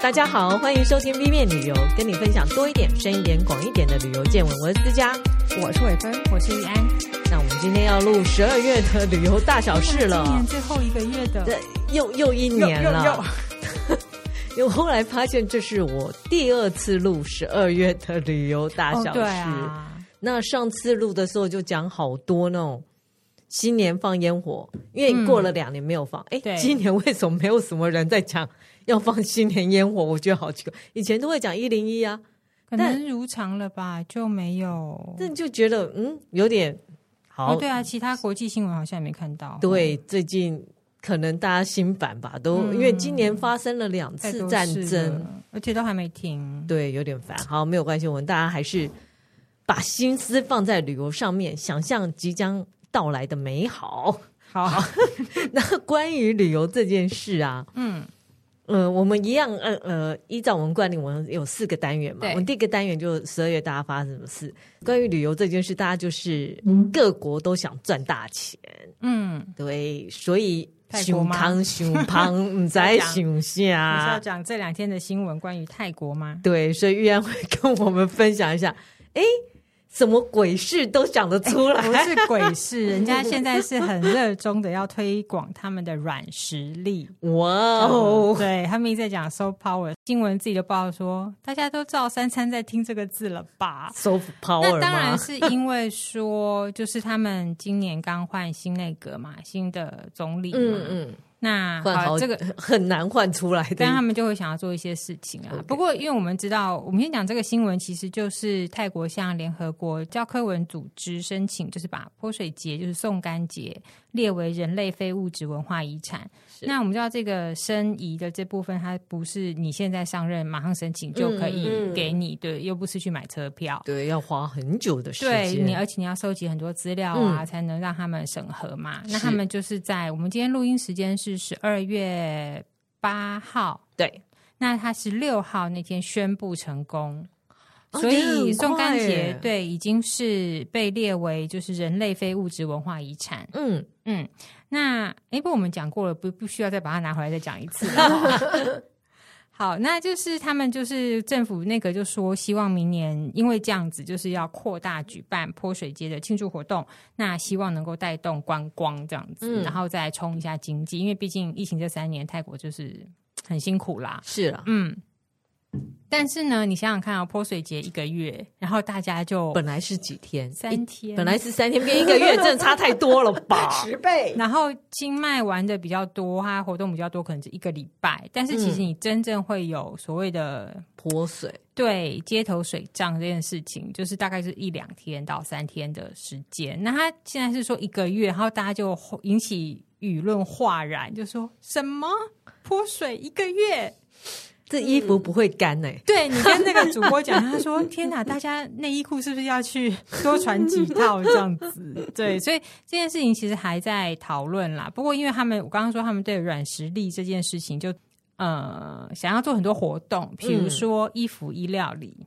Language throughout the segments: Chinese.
大家好，欢迎收听 V 面旅游，跟你分享多一点、深一点、广一点的旅游见闻。我是思佳，我是伟芬，我是玉安。那我们今天要录十二月的旅游大小事了， 今年最后一个月的，对，又又一年了。 因为后来发现这是我第二次录十二月的旅游大哦小事。对啊，那上次录的时候就讲好多那种新年放烟火，因为过了两年没有放，哎、对今年为什么没有什么人在讲要放新年烟火？我觉得好奇怪，以前都会讲一零一啊，可但能如常了吧，就没有。但就觉得嗯有点好，哦，对啊，其他国际新闻好像也没看到。对最近可能大家心烦吧，都、嗯因为今年发生了两太多次事战了争，，而且都还没停。对，有点烦。好，没有关系，我们大家还是把心思放在旅游上面，想象即将到来的美好。 好，那关于旅游这件事啊，嗯，呃，我们一样，呃呃，依照我们惯例，我们有四个单元嘛。对我们第一个单元就十二月大家发生什么事。关于旅游这件事，大家就是各国都想赚大钱，嗯，对，所以泰国吗康熊胖，唔知熊你是要 下，讲这两天的新闻关于泰 国吗？对，所以玉安会跟我们分享一下，哎，什么鬼事都想得出来，不是鬼事， 人家现在是很热衷的要推广他们的软实力。嗯哇 哦！对他们一直在讲 “so power”，新闻自己都报说，大家都知道三餐在听这个字了吧？ soft power 那当然吗是因为说，就是他们今年刚换新内阁嘛，新的总理嘛，嗯嗯，那换好好这个。很难换出来的但，他们就会想要做一些事情啊 OK。不过，因为我们知道，我们先讲这个新闻，其实就是泰国向联合国教科文组织申请，就是把泼水节，就是送干节列为人类非物质文化遗产。是那我们知道，这个申遗的这部分，它不是你现在上任马上申请就可嗯嗯以嗯给你，对，又不是去买车票。对，要花很久的时对间。嗯你，而且你要收集很多资料啊，才能让他们审核嘛。那他是们就是在我们今天录音时间是十二月八号，对，那他是六号那天宣布成功，哦所也很以宋快干耶节对已经是被列为就是人类非物质文化遗产。嗯，嗯，那诶，不，我们讲过了，不不需要再把它拿回来再讲一次 了。好，那就是他们就是政府那个就说，希望明年因为这样子就是要扩大举办泼水节的庆祝活动，那希望能够带动观光这样子，嗯然后再冲一下经济，因为毕竟疫情这三年泰国就是很辛苦啦。是啊啦，嗯，但是呢，你想想看啊、泼水节一个月，然后大家就本来是几天，三天，本来是三天变一个月，真的差太多了吧？ 倍。然后清迈玩的比较多，它活动比较多，可能是一个礼拜。但是其实你真正会有所谓的、泼水，对街头水仗这件事情，就是大概是一两天到三天的时间。那它现在是说一个月，然后大家就引起舆论哗然，就说什么泼水一个月？这衣服不会干哎、对你跟那个主播讲，他说：“天哪，大家内衣裤是不是要去多传几套这样子？”对，所以这件事情其实还在讨论啦。不过，因为他们我刚刚说他们对软实力这件事情就，呃想要做很多活动，比如说衣服、衣料理，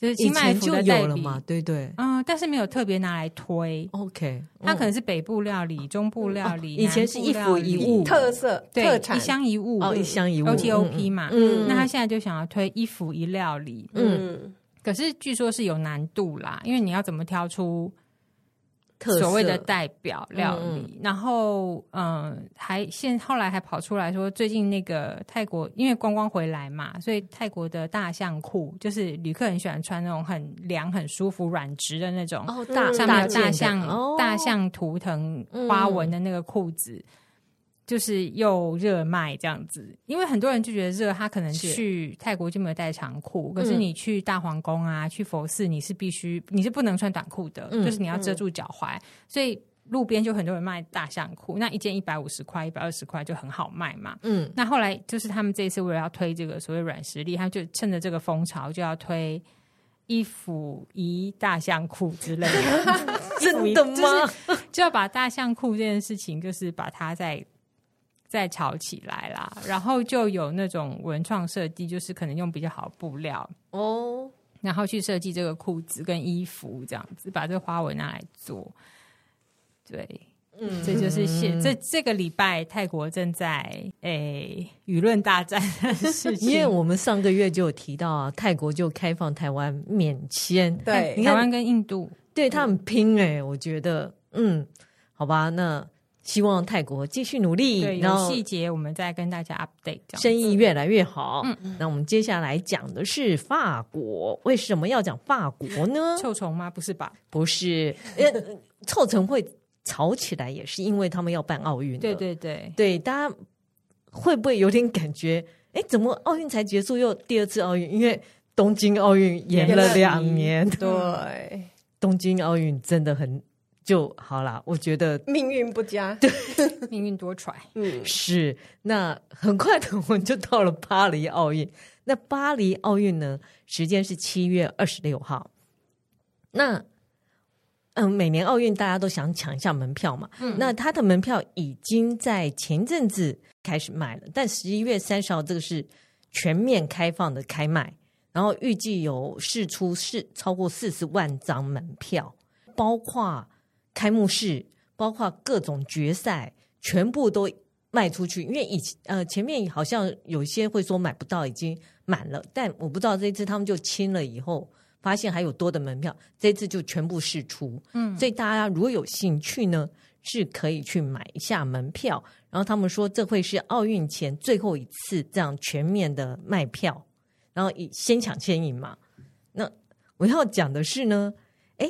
就是嗯以清迈前服就的代有了理嘛，对对嗯、但是没有特别拿来推。 ，OK，它可嗯能是北部料理、中部料理，以前是南一服部料理一物特色对特产一，箱一物哦一箱一物 OTOP 嘛，嗯那他现在就想要推一服一料理，嗯，可是据说是有难度啦，因为你要怎么挑出特所谓的色嗯代表料理，然后嗯、呃还现后来还跑出来说，最近那个泰国因为观光回来嘛，所以泰国的大象裤就是旅客很喜欢穿那种很凉、很舒服、软质的那种，哦大嗯上面大有件大的象、哦嗯大象图腾花纹的那个裤子。就是又热卖这样子，因为很多人就觉得热，他可能是去泰国就没有带长裤，可是嗯你去大皇宫啊，去佛寺，你是必须你是不能穿短裤的，嗯就是你要遮住脚踝，所以路边就很多人卖大象裤，那一件一百五十块、一百二十块就很好卖嘛。嗯那后来就是他们这一次为了要推这个所谓软实力，他们就趁着这个风潮就要推衣服一大象裤之类的，真的吗？就要把大象裤这件事情，就是把它再再炒起来啦。然后就有那种文创设计，就是可能用比较好的布料，哦，然后去设计这个裤子跟衣服这样子，把这个花纹拿来做。对，嗯这就是现这这个礼拜泰国正在诶舆论大战的事情， 因为我们上个月就有提到啊，泰国就开放台湾免签，对你看嗯台湾跟印度对他很拼哎、我觉得，嗯，好吧，那希望泰国继续努力，对然有后细节，我们再跟大家 update 这样。生意越来越好。嗯那我们接下来讲的是法国，为什么要讲法国呢？臭虫吗？不是吧？不是，呃， 凑成会吵起来，也是因为他们要办奥运了。对对对，对，大家会不会有点感觉？哎，怎么奥运才结束又第二次奥运？因为东京奥运延了延了两年，嗯对，东京奥运真的很就好啦，我觉得命运不佳，对，命运多舛。嗯，是。那很快的，我们就到了巴黎奥运。那巴黎奥运呢，时间是七月二十六号。那嗯，每年奥运大家都想抢一下门票嘛。那它的门票已经在前阵子开始卖了，但十一月三十号这个是全面开放的开卖，然后预计有试出是超过四十万张门票，包括开幕式，包括各种决赛，全部都卖出去。因为以呃前面好像有一些会说买不到，已经满了，但我不知道这次他们就清了以后。发现还有多的门票，这次就全部试出。嗯，所以大家如果有兴趣呢，是可以去买一下门票。然后他们说，这会是奥运前最后一次这样全面的卖票，然后以先抢先赢嘛。那我要讲的是呢，哎，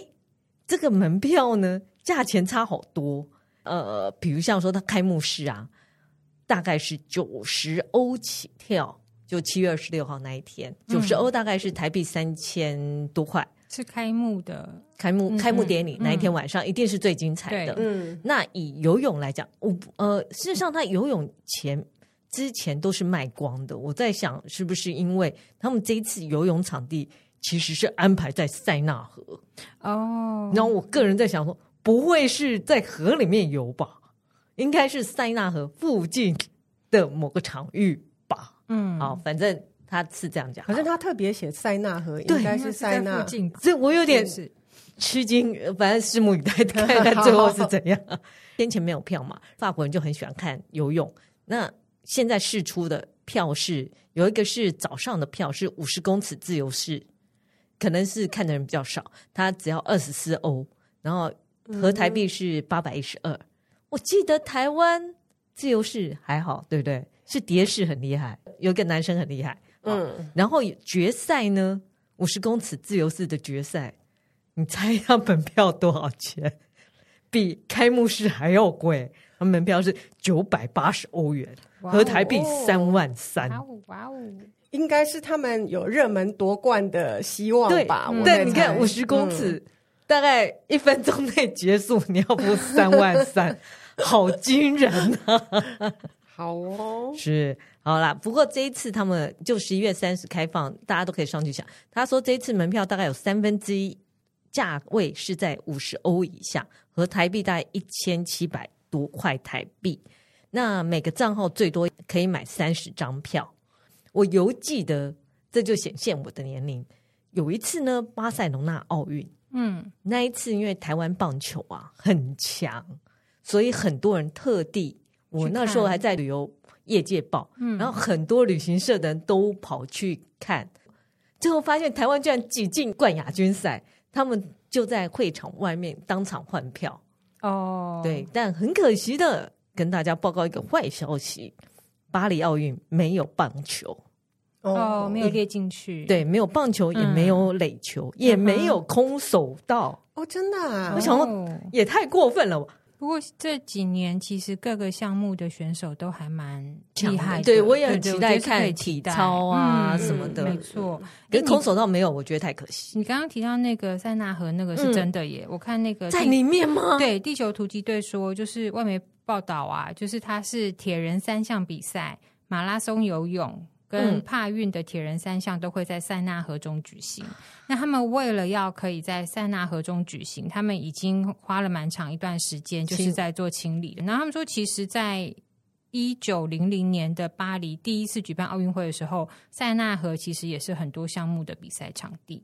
这个门票呢，价钱差好多。呃，比如像说它开幕式啊，大概是九十欧起跳，就七月二十六号那一天，九十欧大概是台币三千多块。是开幕的，开幕嗯开幕典礼嗯那一天晚上一定是最精彩的。对嗯，那以游泳来讲，我不呃，事实上他游泳前之前都是卖光的。我在想，是不是因为他们这一次游泳场地其实是安排在塞纳河？哦，然后我个人在想说，不会是在河里面游吧？应该是塞纳河附近的某个场域吧？嗯，好，反正他是这样讲。可是他特别写塞纳河，对应该应该是是塞在纳附，近吧，所以我有点是吃惊，呃反正拭目以待，看看最后是怎样。 先前没有票嘛，法国人就很喜欢看游泳。那现在试出的票是有一个是早上的票是五十公尺自由式，可能是看的人比较少，它只要二十四欧，然后合台币是八百一十二。我记得台湾自由式还好，对不对？是蝶式很厉害，有一个男生很厉害，嗯。嗯，然后决赛呢，五十公尺自由式的决赛，你猜他门票多少钱？ 比开幕式还要贵，他门票是九百八十欧元，哇哦合台币三万三哇。哦哇哦，应该是他们有热门夺冠的希望对吧？我在但你看猜嗯五十公尺，大概一分钟内结束，你要付三万 三，好惊人啊！好哦，是，好啦。不过这一次他们就十一月三十开放，大家都可以上去抢。他说这一次门票大概有三分之一价位是在五十欧以下，和台币大概一千七百多块台币。那每个账号最多可以买三十张票。我犹记得，这就显现我的年龄。有一次呢，巴塞隆纳奥运，嗯，那一次因为台湾棒球啊很强，所以很多人特地，我去那时候看嗯还在旅游业界报，然后很多旅行社的人都跑去看，最后发现台湾居然挤进冠亚军赛，他们就在会场外面当场换票。哦，对，但很可惜的，跟大家报告一个坏消息：巴黎奥运没有棒球，哦，没有列进去，，对，没有棒球，也没有垒球，也没嗯有空手道，哦，真的啊，我想说哦也太过分了吧。不过这几年其实各个项目的选手都还蛮厉害的，对我也很对期我待觉得是可以看期体待操啊嗯什么的。没错，可是你空手道没有，我觉得太可惜。你刚刚提到那个塞纳河那个嗯是真的耶，我看那个在地里面吗？，对地球突击队说，就是外媒报道啊，就是它是铁人三项比赛，马拉松、游泳。跟嗯帕运的铁人三项都会在塞纳河中举行。那他们为了要可以在塞纳河中举行，他们已经花了蛮长一段时间，就是清在做清理。然后他们说，其实，在一九零零年的巴黎第一次举办奥运会的时候，塞纳河其实也是很多项目的比赛场地，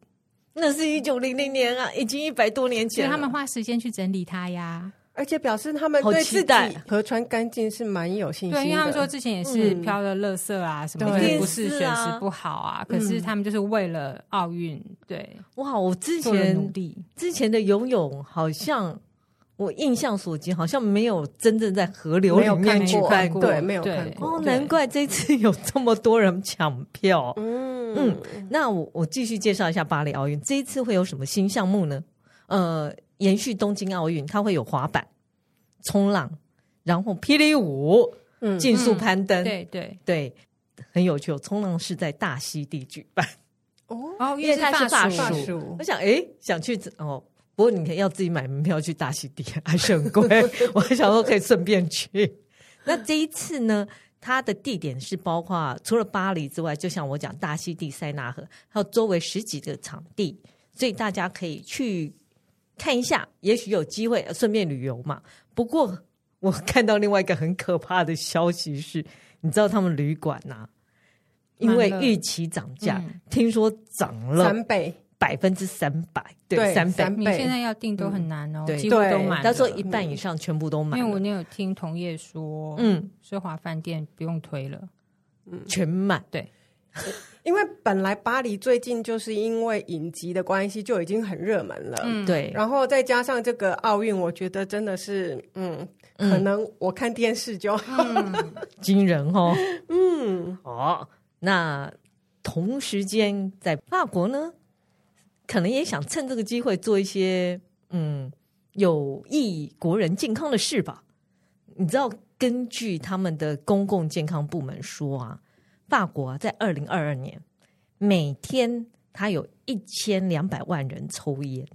那是一九零零年啊，已经一百多年所前以了。他们花时间去整理它呀。而且表示他们好对期自己待河川干净是蛮有信心的。对，因为他们说之前也是嗯漂了垃圾啊，什么对就是不是一定是选啊嗯食不好啊，可是他们就是为了奥运，对，哇，我之做了努前力。之前的游泳好像我印象所及，好像没有真正在河流没里有面看举过办过对，没有对看过。哦，对难怪这次有这么多人抢票。嗯那我我继续介绍一下巴黎奥运，这一次会有什么新项目呢？呃，延续东京奥运，它会有滑板、冲浪，然后霹雳舞、嗯竞速攀登，对对，对很有趣、哦。冲浪是在大溪地举办，哦，哦，因为它是法法属属，属我想诶，想去哦。不过你要自己买门票去大溪地，还是很 贵。我还想说可以顺便去。那这一次呢，它的地点是包括除了巴黎之外，就像我讲大溪地、塞纳河，还有周围十几个场地，所以大家可以去看一下，也许有机会呃顺便旅游嘛。不过我看到另外一个很可怕的消息是，你知道他们旅馆呐、因为满了预期涨价，嗯听说涨了三倍，百分之三百，对，对三百三，你倍现在要订都很难哦，对几乎都嗯对满了。他说一半以上全部都满因为我了，那有听同业说，嗯，嗯，奢华饭店不用推了，全满，因为本来巴黎最近就是因为影集的关系就已经很热门了，嗯，对，然后再加上这个奥运，我觉得真的是，嗯，嗯可能我看电视就啊嗯，惊人哦。嗯，哦，那同时间在法国呢，可能也想趁这个机会做一些嗯有益国人健康的事吧。你知道，根据他们的公共健康部门说啊，法国啊在二零二二年每天它有一千两百万人抽烟。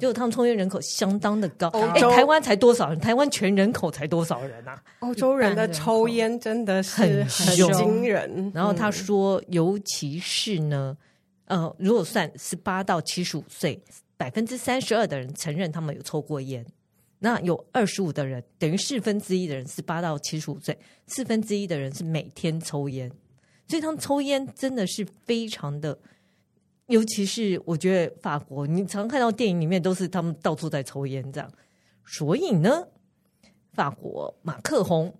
就他们抽烟人口相当的高，哦欧哎、洲台湾才多少人？台湾全人口才多少人啊？ 欧洲人的抽烟真的是很很凶惊人。然后他嗯说，尤其是呢，呃，如果算十八到七十五岁，百分之三十二的人承认他们有抽过烟，那有二十五的人，等于四分之一的人，十八到七十五岁，四分之一的人是每天抽烟，所以他们抽烟真的是非常的。尤其是我觉得法国，你常看到电影里面都是他们到处在抽烟这样，所以呢，法国马克宏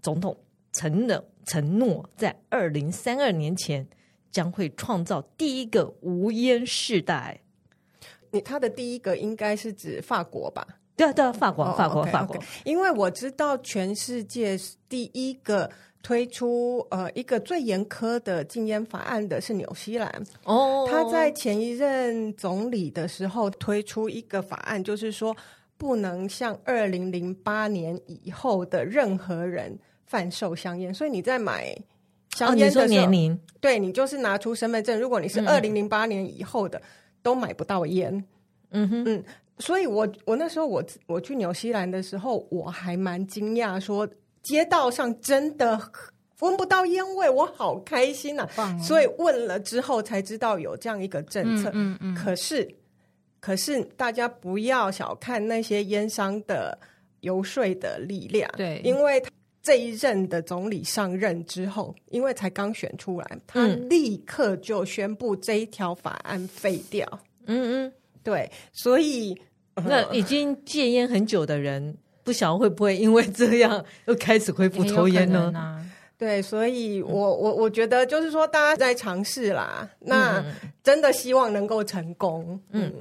总统承了承诺，在二零三二年前将会创造第一个无烟世代。你他的第一个应该是指法国吧？对啊，对啊，法国，哦法国， OK，法国 OK 因为我知道全世界第一个推出呃一个最严苛的禁烟法案的是纽西兰，哦他在前一任总理的时候推出一个法案，就是说不能向二零零八年以后的任何人贩售香烟。所以你在买哦，香你烟说的时候，年龄对你就是拿出身份证，如果你是二零零八年以后的，都买不到烟。嗯哼，嗯，所以我我那时候我我去纽西兰的时候，我还蛮惊讶，说街道上真的闻不到烟味，我好开心呐、棒嗯哦所以问了之后才知道有这样一个政策。嗯嗯嗯，可是，可是大家不要小看那些烟商的游说的力量，对因为他这一任的总理上任之后，因为才刚选出来，他嗯立刻就宣布这一条法案废掉。嗯对，所以。嗯，那已经戒烟很久的人，不晓得会不会因为这样又开始恢复很有抽烟可呢？能啊？对，所以我我我觉得就是说，大家在尝试啦，那嗯真的希望能够成功。嗯，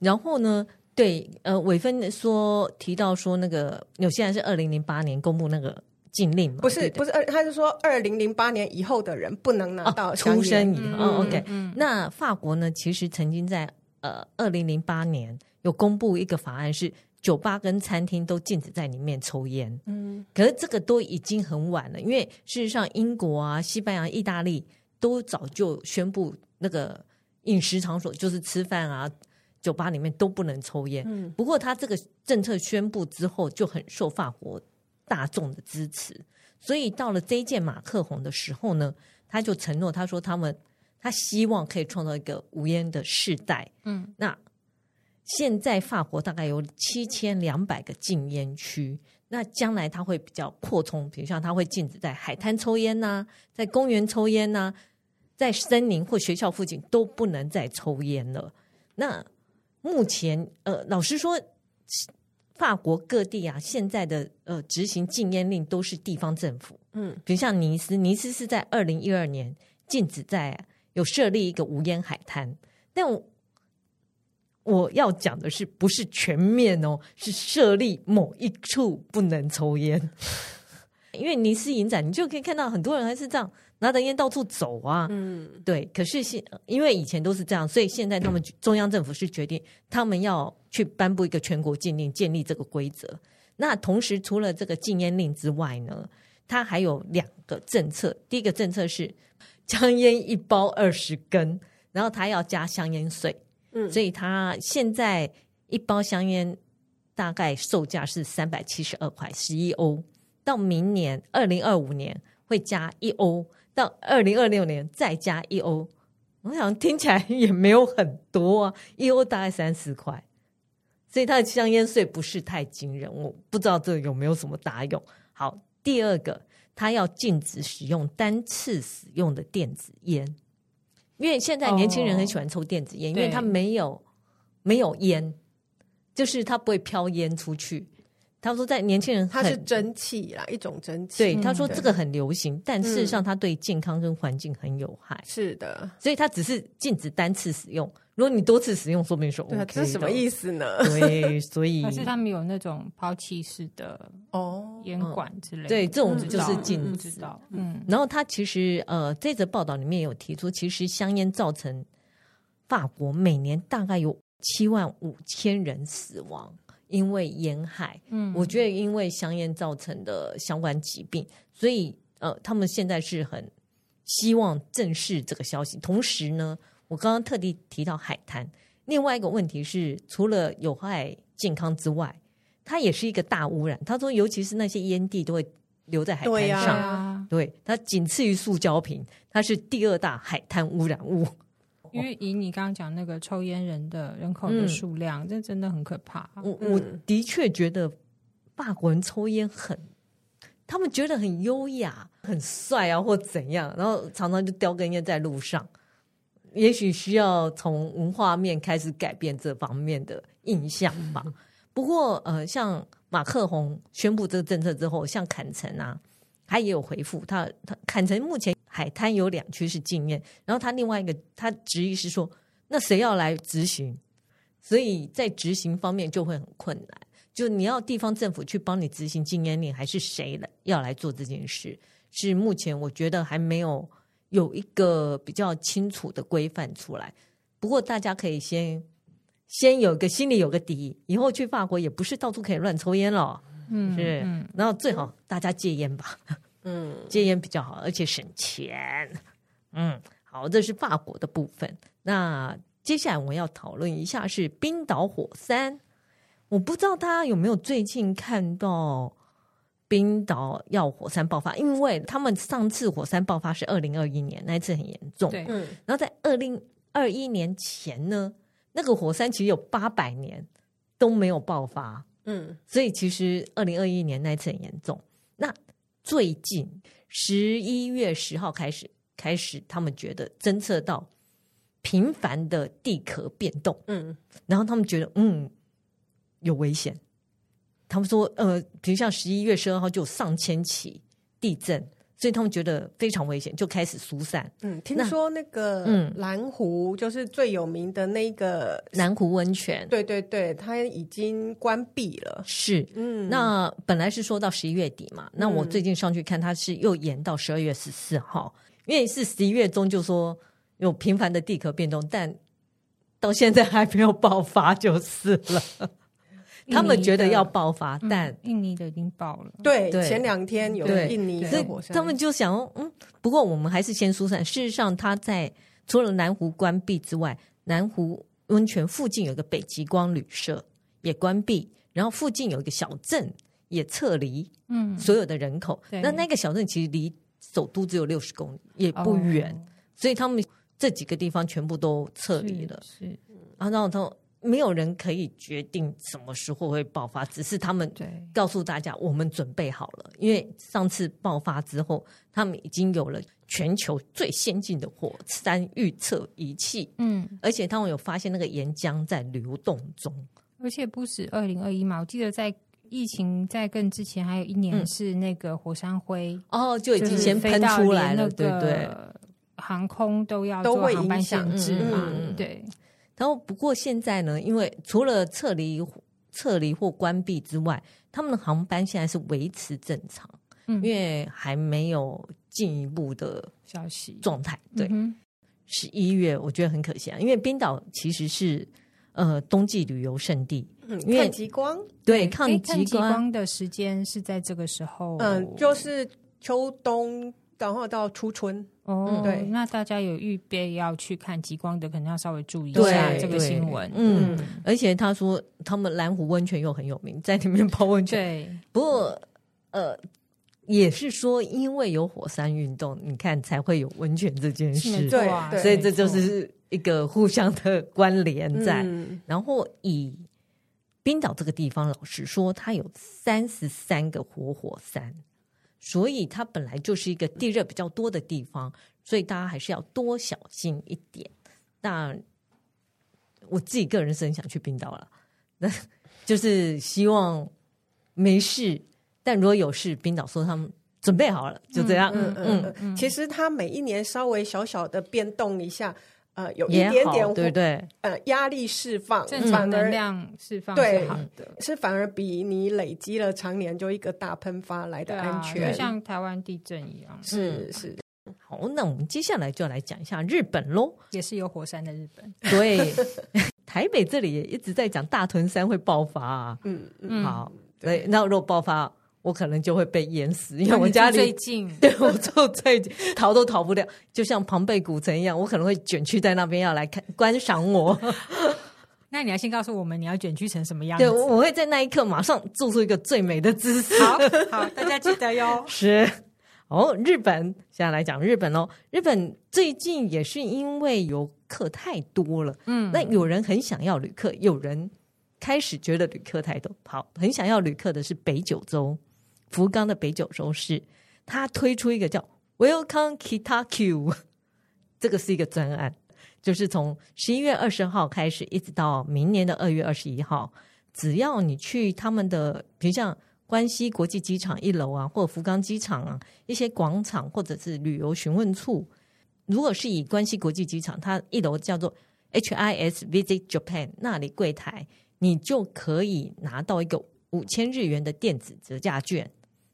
然后呢，对，呃，伟芬说提到说那个纽西兰是二零零八年公布那个禁令嘛，不对是对不是，二他是说二零零八年以后的人不能拿到哦、香出生烟以后、哦、，OK，嗯那法国呢，其实曾经在呃二零零八年有公布一个法案，是酒吧跟餐厅都禁止在里面抽烟。嗯，可是这个都已经很晚了，因为事实上英国啊、西班牙、意大利都早就宣布那个饮食场所就是吃饭啊。酒吧里面都不能抽烟，嗯不过他这个政策宣布之后就很受法国大众的支持，所以到了这一届马克宏的时候呢，他就承诺，他说他们他希望可以创造一个无烟的世代。嗯，那现在法国大概有七千两百个禁烟区，那将来它会比较扩充，比如像它会禁止在海滩抽烟呐、在公园抽烟呐、在森林或学校附近都不能再抽烟了。那目前，呃，老实说，法国各地啊，现在的呃执行禁烟令都是地方政府，嗯，比如像尼斯，尼斯是在二零一二年禁止在有设立一个无烟海滩，但我我要讲的是不是全面哦，是设立某一处不能抽烟， 因为尼斯影展你就可以看到很多人还是这样拿着烟到处走啊，嗯，对，可是现因为以前都是这样，所以现在他们中央政府是决定他们要去颁布一个全国禁令，建立这个规则。那同时，除了这个禁烟令之外呢，它还有两个政策。第一个政策是香烟一包二十根，然后它要加香烟税，嗯所以它现在一包香烟大概售价是三百七十二块十一欧，到明年二零二五年会加一欧，到二零二六年再加一欧。我想听起来也没有很多啊，一欧大概三四块，所以它的香烟税不是太惊人，我不知道这有没有什么大用。好，第二个，它要禁止使用单次使用的电子烟，因为现在年轻人很喜欢抽电子烟，因为对它没有没有烟，就是它不会飘烟出去。他说，在年轻人它很是蒸汽啦，一种蒸汽。对，嗯他说对这个很流行，但事嗯实上它对健康跟环境很有害，是的，所以它只是禁止单次使用。如果你多次使用，说明是 OK 对啊，的。这是什么意思呢？对，所 以还是他们有那种抛弃式的哦，烟管之类的？嗯对这种不知道就是禁不止知道，嗯，然后他其实呃，这则报道里面有提出，其实香烟造成法国每年大概有七万五千人死亡，因为烟害。嗯我觉得因为香烟造成的相关疾病，所以呃，他们现在是很希望正视这个消息。同时呢，我刚刚特地提到海滩，另外一个问题是，除了有害健康之外，它也是一个大污染。他说，尤其是那些烟蒂都会留在海滩对上。啊对啊，对，它仅次于塑胶瓶，它是第二大海滩污染物。因为以你刚刚讲那个抽烟人的人口的嗯数量，这真的很可怕。我、嗯我的确觉得法国人抽烟很，他们觉得很优雅、很帅啊，或怎样，然后常常就叼根烟在路上。也许需要从文化面开始改变这方面的印象吧。不过，呃，像马克宏宣布这个政策之后，像坎城啊，他也有回复，他他坎城目前海滩有两区是禁烟，然后他另外一个他执意是说，那谁要来执行？所以在执行方面就会很困难。就你要地方政府去帮你执行禁烟令，还是谁来要来做这件事？是目前我觉得还没有有一个比较清楚的规范出来。不过大家可以先先有个心里有个底，以后去法国也不是到处可以乱抽烟了。嗯，是嗯，然后最好大家戒烟吧，嗯，戒烟比较好，而且省钱。嗯，好，这是法国的部分。那接下来我要讨论一下是冰岛火山。我不知道大家有没有最近看到冰岛要火山爆发，因为他们上次火山爆发是二零二一年，那一次很严重。对，嗯，然后在二零二一年前呢，那个火山其实有八百年都没有爆发，嗯，所以其实二零二一年那一次很严重。那最近十一月十号开始，开始他们觉得侦测到频繁的地壳变动，嗯，然后他们觉得嗯有危险。他们说，呃，比如像十一月十二号就有上千起地震，所以他们觉得非常危险，就开始疏散。嗯，听那说那个嗯蓝湖就是最有名的那个，南湖温泉对对对，它已经关闭了。是嗯，那本来是说到十一月底嘛，那我嗯最近上去看，它是又延到十二月十四号，因为是十一月中就说有频繁的地壳变动，但到现在还没有爆发就是了。 他们觉得要爆发，嗯但印尼的已经爆了，对对前两天有对印尼所的以火山，他们就想要，嗯，不过我们还是先疏散。事实上，它在除了南湖关闭之外，南湖温泉附近有个北极光旅社也关闭，然后附近有一个小镇也撤离。嗯，所有的人口。对那那个小镇其实离首都只有六十公里，也不远，哦所以他们这几个地方全部都撤离了。是是啊，然后他们没有人可以决定什么时候会爆发，只是他们对，告诉大家我们准备好了，因为上次爆发之后，他们已经有了全球最先进的火山预测仪器，嗯，而且他们有发现那个岩浆在流动中，而且不止二零二一嘛，我记得在疫情在更之前还有一年嗯是那个火山灰，哦，就已就经是先飞喷到出连来了，那对不个对？航空都要都做会航影班响想制嗯嘛，嗯嗯对，然后不过现在呢，因为除了撤离、撤离或关闭之外，他们的航班现在是维持正常，嗯因为还没有进一步的消息，状态。对，嗯十一、月我觉得很可惜啊，因为冰岛其实是呃冬季旅游胜地，嗯，因为看极光，对，哼，抗诶极看极光。呃光的时间是在这个时候，哦嗯，就是秋冬，然后到初春，嗯哦，对那大家有预备要去看极光的，可能要稍微注意一对下这个对新闻，嗯，而且他说他们蓝湖温泉又很有名，在里面泡温泉。对，不过，呃，也是说，因为有火山运动，你看才会有温泉这件是没事，错啊，对对所以没这就错是一个互相的关联在。嗯然后以冰岛这个地方，老实说，它有三十三个活火山，所以它本来就是一个地热比较多的地方，所以大家还是要多小心一点。那我自己个人是很想去冰岛了，那 就是希望没事，但如果有事，冰岛说他们准备好了，就这样。嗯嗯嗯嗯，其实它每一年稍微小小的变动一下，呃，有一也点好，点对不对？呃压力释放，正常反能而量释放对是好的。是反而比你累积了常年就一个大喷发来的对安啊，全，就像台湾地震一样，嗯是是，好，那我们接下来就来讲一下日本喽。也是有火山的日本。 对，台北这里也一直在讲大屯山会爆发、啊。嗯嗯，嗯，好，对，那如果爆发，我可能就会被淹死，因为那我你家住最里。近 对，我就最逃都逃不了，就像庞贝古城一样，我可能会卷去在那边要来看观赏 我。那你要先告诉我们你要卷曲成什么样子对，。我我会在那一刻马上做出一个最美的姿势。。好好，大家记得哟 是。哦，日本，现在来讲日本喽。日本最近也是因为游客太多了，嗯那有人很想要旅客，有人开始觉得旅客太多。好，很想要旅客的是北九州，福冈的北九州市，它推出一个叫 Welcome Kitaku，这 个是一个专案，就是从十一月二十号开始，一直到明年的二月二十一号，只要你去他们的，比如像关西国际机场一楼啊，或者福冈机场啊，一些广场或者是旅游询问处，如果是以关西国际机场，它一楼叫做 HIS Visit Japan 那里柜台，你就可以拿到一个五千日元的电子折价券，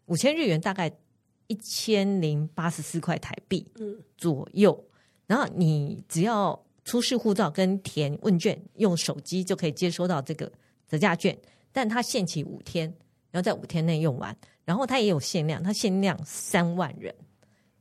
五千日元大概一千零八十四块台币左右。然后你只要出示护照跟填问卷，用手机就可以接收到这个折价券，但它限期五天，然后在五天内用完。然后它也有限量，它限量三万人，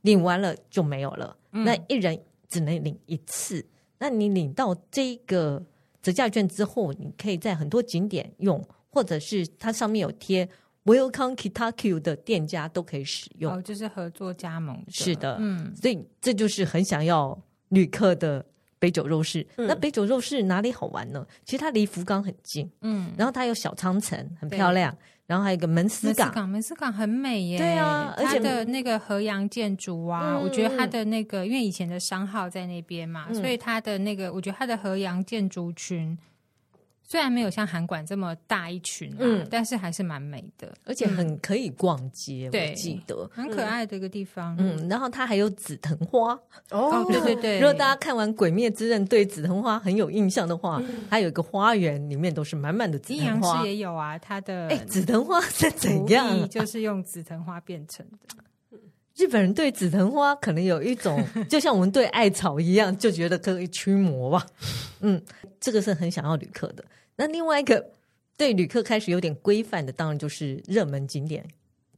领完了就没有了。那一人只能领一次。那你领到这个折价券之后，你可以在很多景点用，或者是它上面有贴 “Welcome Kitaku” 的店家都可以使用。哦，就是合作加盟。是的嗯，所以这就是很想要旅客的北九州市。嗯那北九州市哪里好玩呢？其实它离福冈很近，嗯，然后它有小仓城，很漂亮，然后还有一个门司门司港，港，门司港很美耶。对啊而且它的那个河洋建筑啊，嗯嗯我觉得它的那个，因为以前的商号在那边嘛，所以它的那个，我觉得它的河洋建筑群。虽然没有像韩馆这么大一群啊，嗯但是还是蛮美的，而且很可以逛街，对我记得。很可爱的一个地方。嗯，然后它还有紫藤花。哦，对对对，如果大家看完《鬼灭之刃》对紫藤花很有印象的话，它有一个花园，里面都是满满的紫嗯阴藤阳花师。也有啊，它的哎，紫藤花是怎图样啊意？就是 用紫藤花变成的。日本人对紫藤花可能有一种，就像我们对艾草一样，就觉得可以驱魔吧。嗯，这个是很想要旅客的。那另外一个对旅客开始有点规范的，当然就是热门景点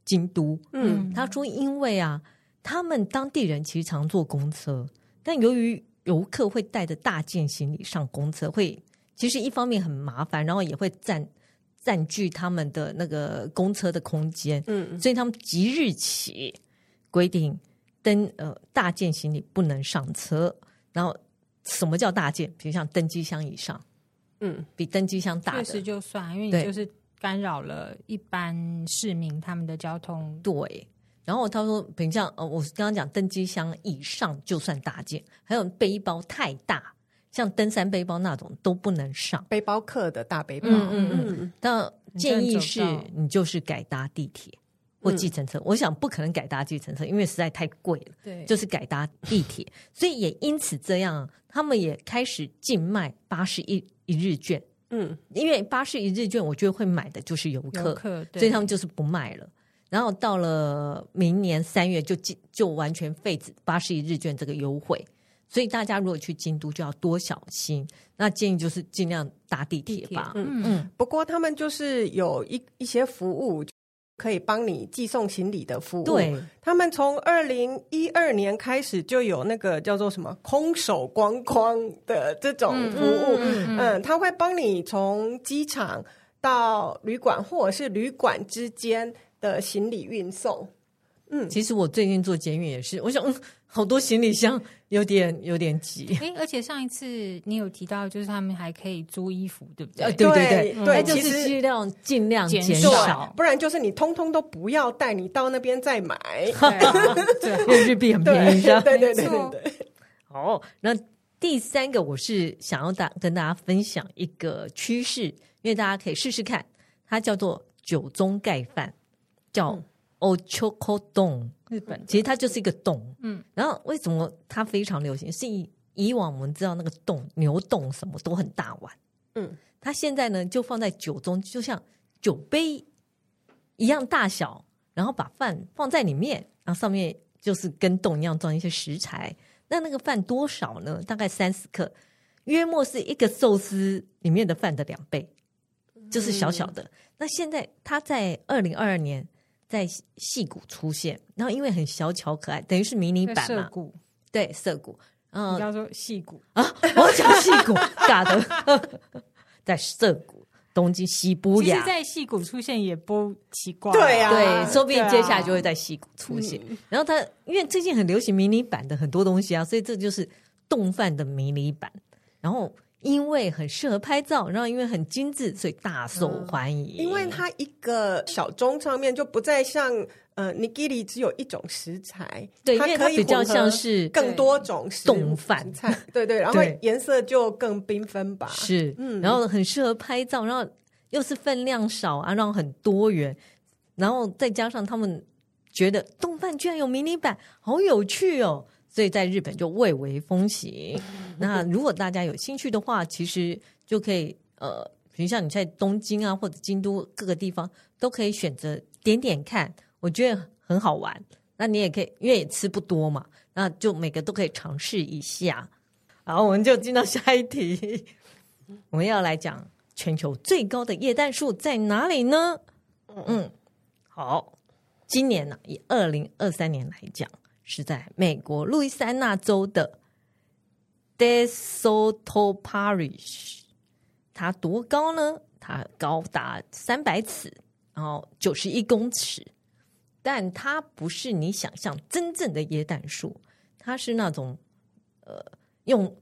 京都。嗯，他说，因为啊，他们当地人其实常坐公车，但由于游客会带着大件行李上公车，会其实一方面很麻烦，然后也会占占据他们的那个公车的空间。嗯，所以他们即日起规定登呃大件行李不能上车。然后什么叫大件？比如像登机箱以上，嗯，比登机箱大确的实，就算，因为对你就是干扰了一般市民他们的交通。对。然后他说，比如像呃，我刚刚讲登机箱以上就算大件，还有背包太大，像登山背包那种都不能上。背包客的大背包，嗯嗯嗯，嗯但建议你是这样走到嗯你就是改搭地铁或计程车。我想不可能改搭计程车，因为实在太贵了。对，就是改搭地铁，所以也因此这样，啊他们也开始禁卖巴士一一日券，嗯，因为巴士一日券，我觉得会买的就是游客，游客，对所以他们就是不卖了。然后到了明年三月就禁就完全废止巴士一日券这个优惠，所以大家如果去京都就要多小心。那建议就是尽量搭地铁吧。地铁嗯嗯，不过他们就是有一一些服务可以帮你寄送行李的服务。，对，他们从二零一二年开始就有那个叫做什么“空手光光”的这种服务。嗯嗯嗯嗯，他会帮你从机场到旅馆，或者是旅馆之间的行李运送。其实我最近做捷运也是，我想嗯，好多行李箱有点有点挤。哎，而且上一次你有提到，就是他们还可以租衣服，对不对？呃，对对对那对就其是实尽量尽量减减少少，不然就是你通通都不要带，你到那边 再买。对啊因为日币很便宜，对是吧？ 对对对没错对对，哦，那第三个我是想要大跟大家分享一个趋势，因为大家可以试试看，它叫做酒中盖饭，叫 o c h o k o d o n 日 本其实它就是一个洞，嗯嗯，然后为什么它非常流行？是以以往我们知道那个洞牛洞什么都很大碗，嗯嗯，它现在呢就放在酒中，就像酒杯一样大小，然后把饭放在里面，然后上面就是跟洞一样装一些食材。那那个饭多少呢？大概三十克，约莫是一个寿司里面的饭的两倍，就是小小嗯的。那现在它在二零二二年在戏戏谷出现，然后因为很小巧可爱，等于是迷你在版涩嘛，谷，对，涩谷，嗯你，叫做戏谷， 我讲戏谷，尬的， 在涩谷，东京西伯其利实，亚，在戏谷出现也不奇怪。对啊对，说不定接下对啊来就会在戏谷嗯出现。然后它因为最近很流行迷你版的很多东西啊，所以这就是动漫的迷你版。然后因为很适合拍照，然后因为很精致，所以大受欢迎。嗯因为它一个小盅上面就不再像呃 nigiri 只有一种食材，对，因为它可以比较混合像是更多种食冻物饭食菜， 对对，然后对颜色就更缤纷吧。是，嗯然后很适合拍照，然后又是分量少啊，然后很多元，然后再加上他们觉得动漫居然有迷你版，好有趣哦，所以在日本就蔚为风行。嗯那如果大家有兴趣的话，其实就可以呃，比如像你在东京啊或者京都各个地方都可以选择点点看，我觉得很好玩。那你也可以，因为也吃不多嘛，那就每个都可以尝试一下。好，我们就进到下一题。我们要来讲全球最高的液氮数在哪里呢？嗯，好，今年呢、以二零二三年来讲，是在美国路易斯安那州的 De Soto Parish，它多高呢？它高达三百尺，然后九十一公尺，但它不是你想象真正的椰氮树，它是那种呃用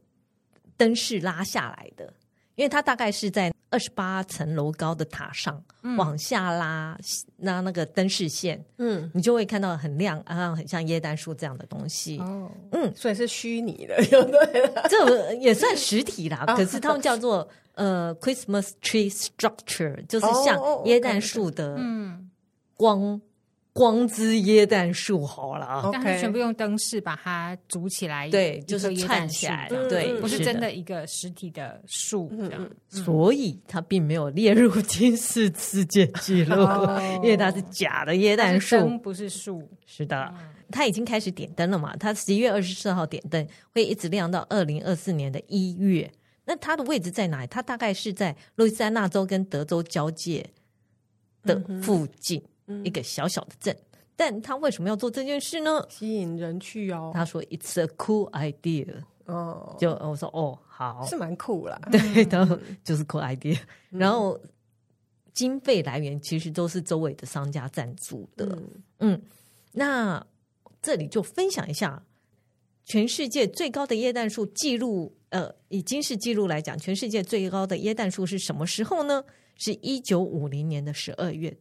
灯饰拉下来的，因为它大概是在二十八层楼高的塔上、嗯往下拉拉那个灯饰线，嗯，你就会看到很亮啊，很像椰氮树这样的东西。哦，所以是虚拟的， 有的这也算实体 啦，啊可是他们叫做呃 Christmas tree structure，就是像哦哦椰氮树的嗯，光光之椰氮树，好了啊， OK 但是全部用灯饰把它组起来，对一个就是椰串蛋起树来这样对子不是是真的嗯的嗯一个实体的树这样。所以它并没有列入金氏世界纪录哦， 因为它是假的椰但氮是树啊灯。不是树，是的，它已经开始点灯了嘛，它十一月二十四号点灯，会一直亮到二零二四年的一月。那它的位置在哪里？它大概是在路易斯安那州跟德州交界的附近、一个小小的镇。但他为什么要做这件事呢？吸引人去哦。他说：“It's a cool idea。哦”，就我说：“哦，好。”是蛮酷啦。对的，就是 cool idea。然后经费来源其实都是周围的商家赞助的。嗯，那这里就分享一下全世界最高的椰氮树记录。呃，以今世纪录来讲，全世界最高的椰氮树是什么时候呢？是一九五零年的十二月，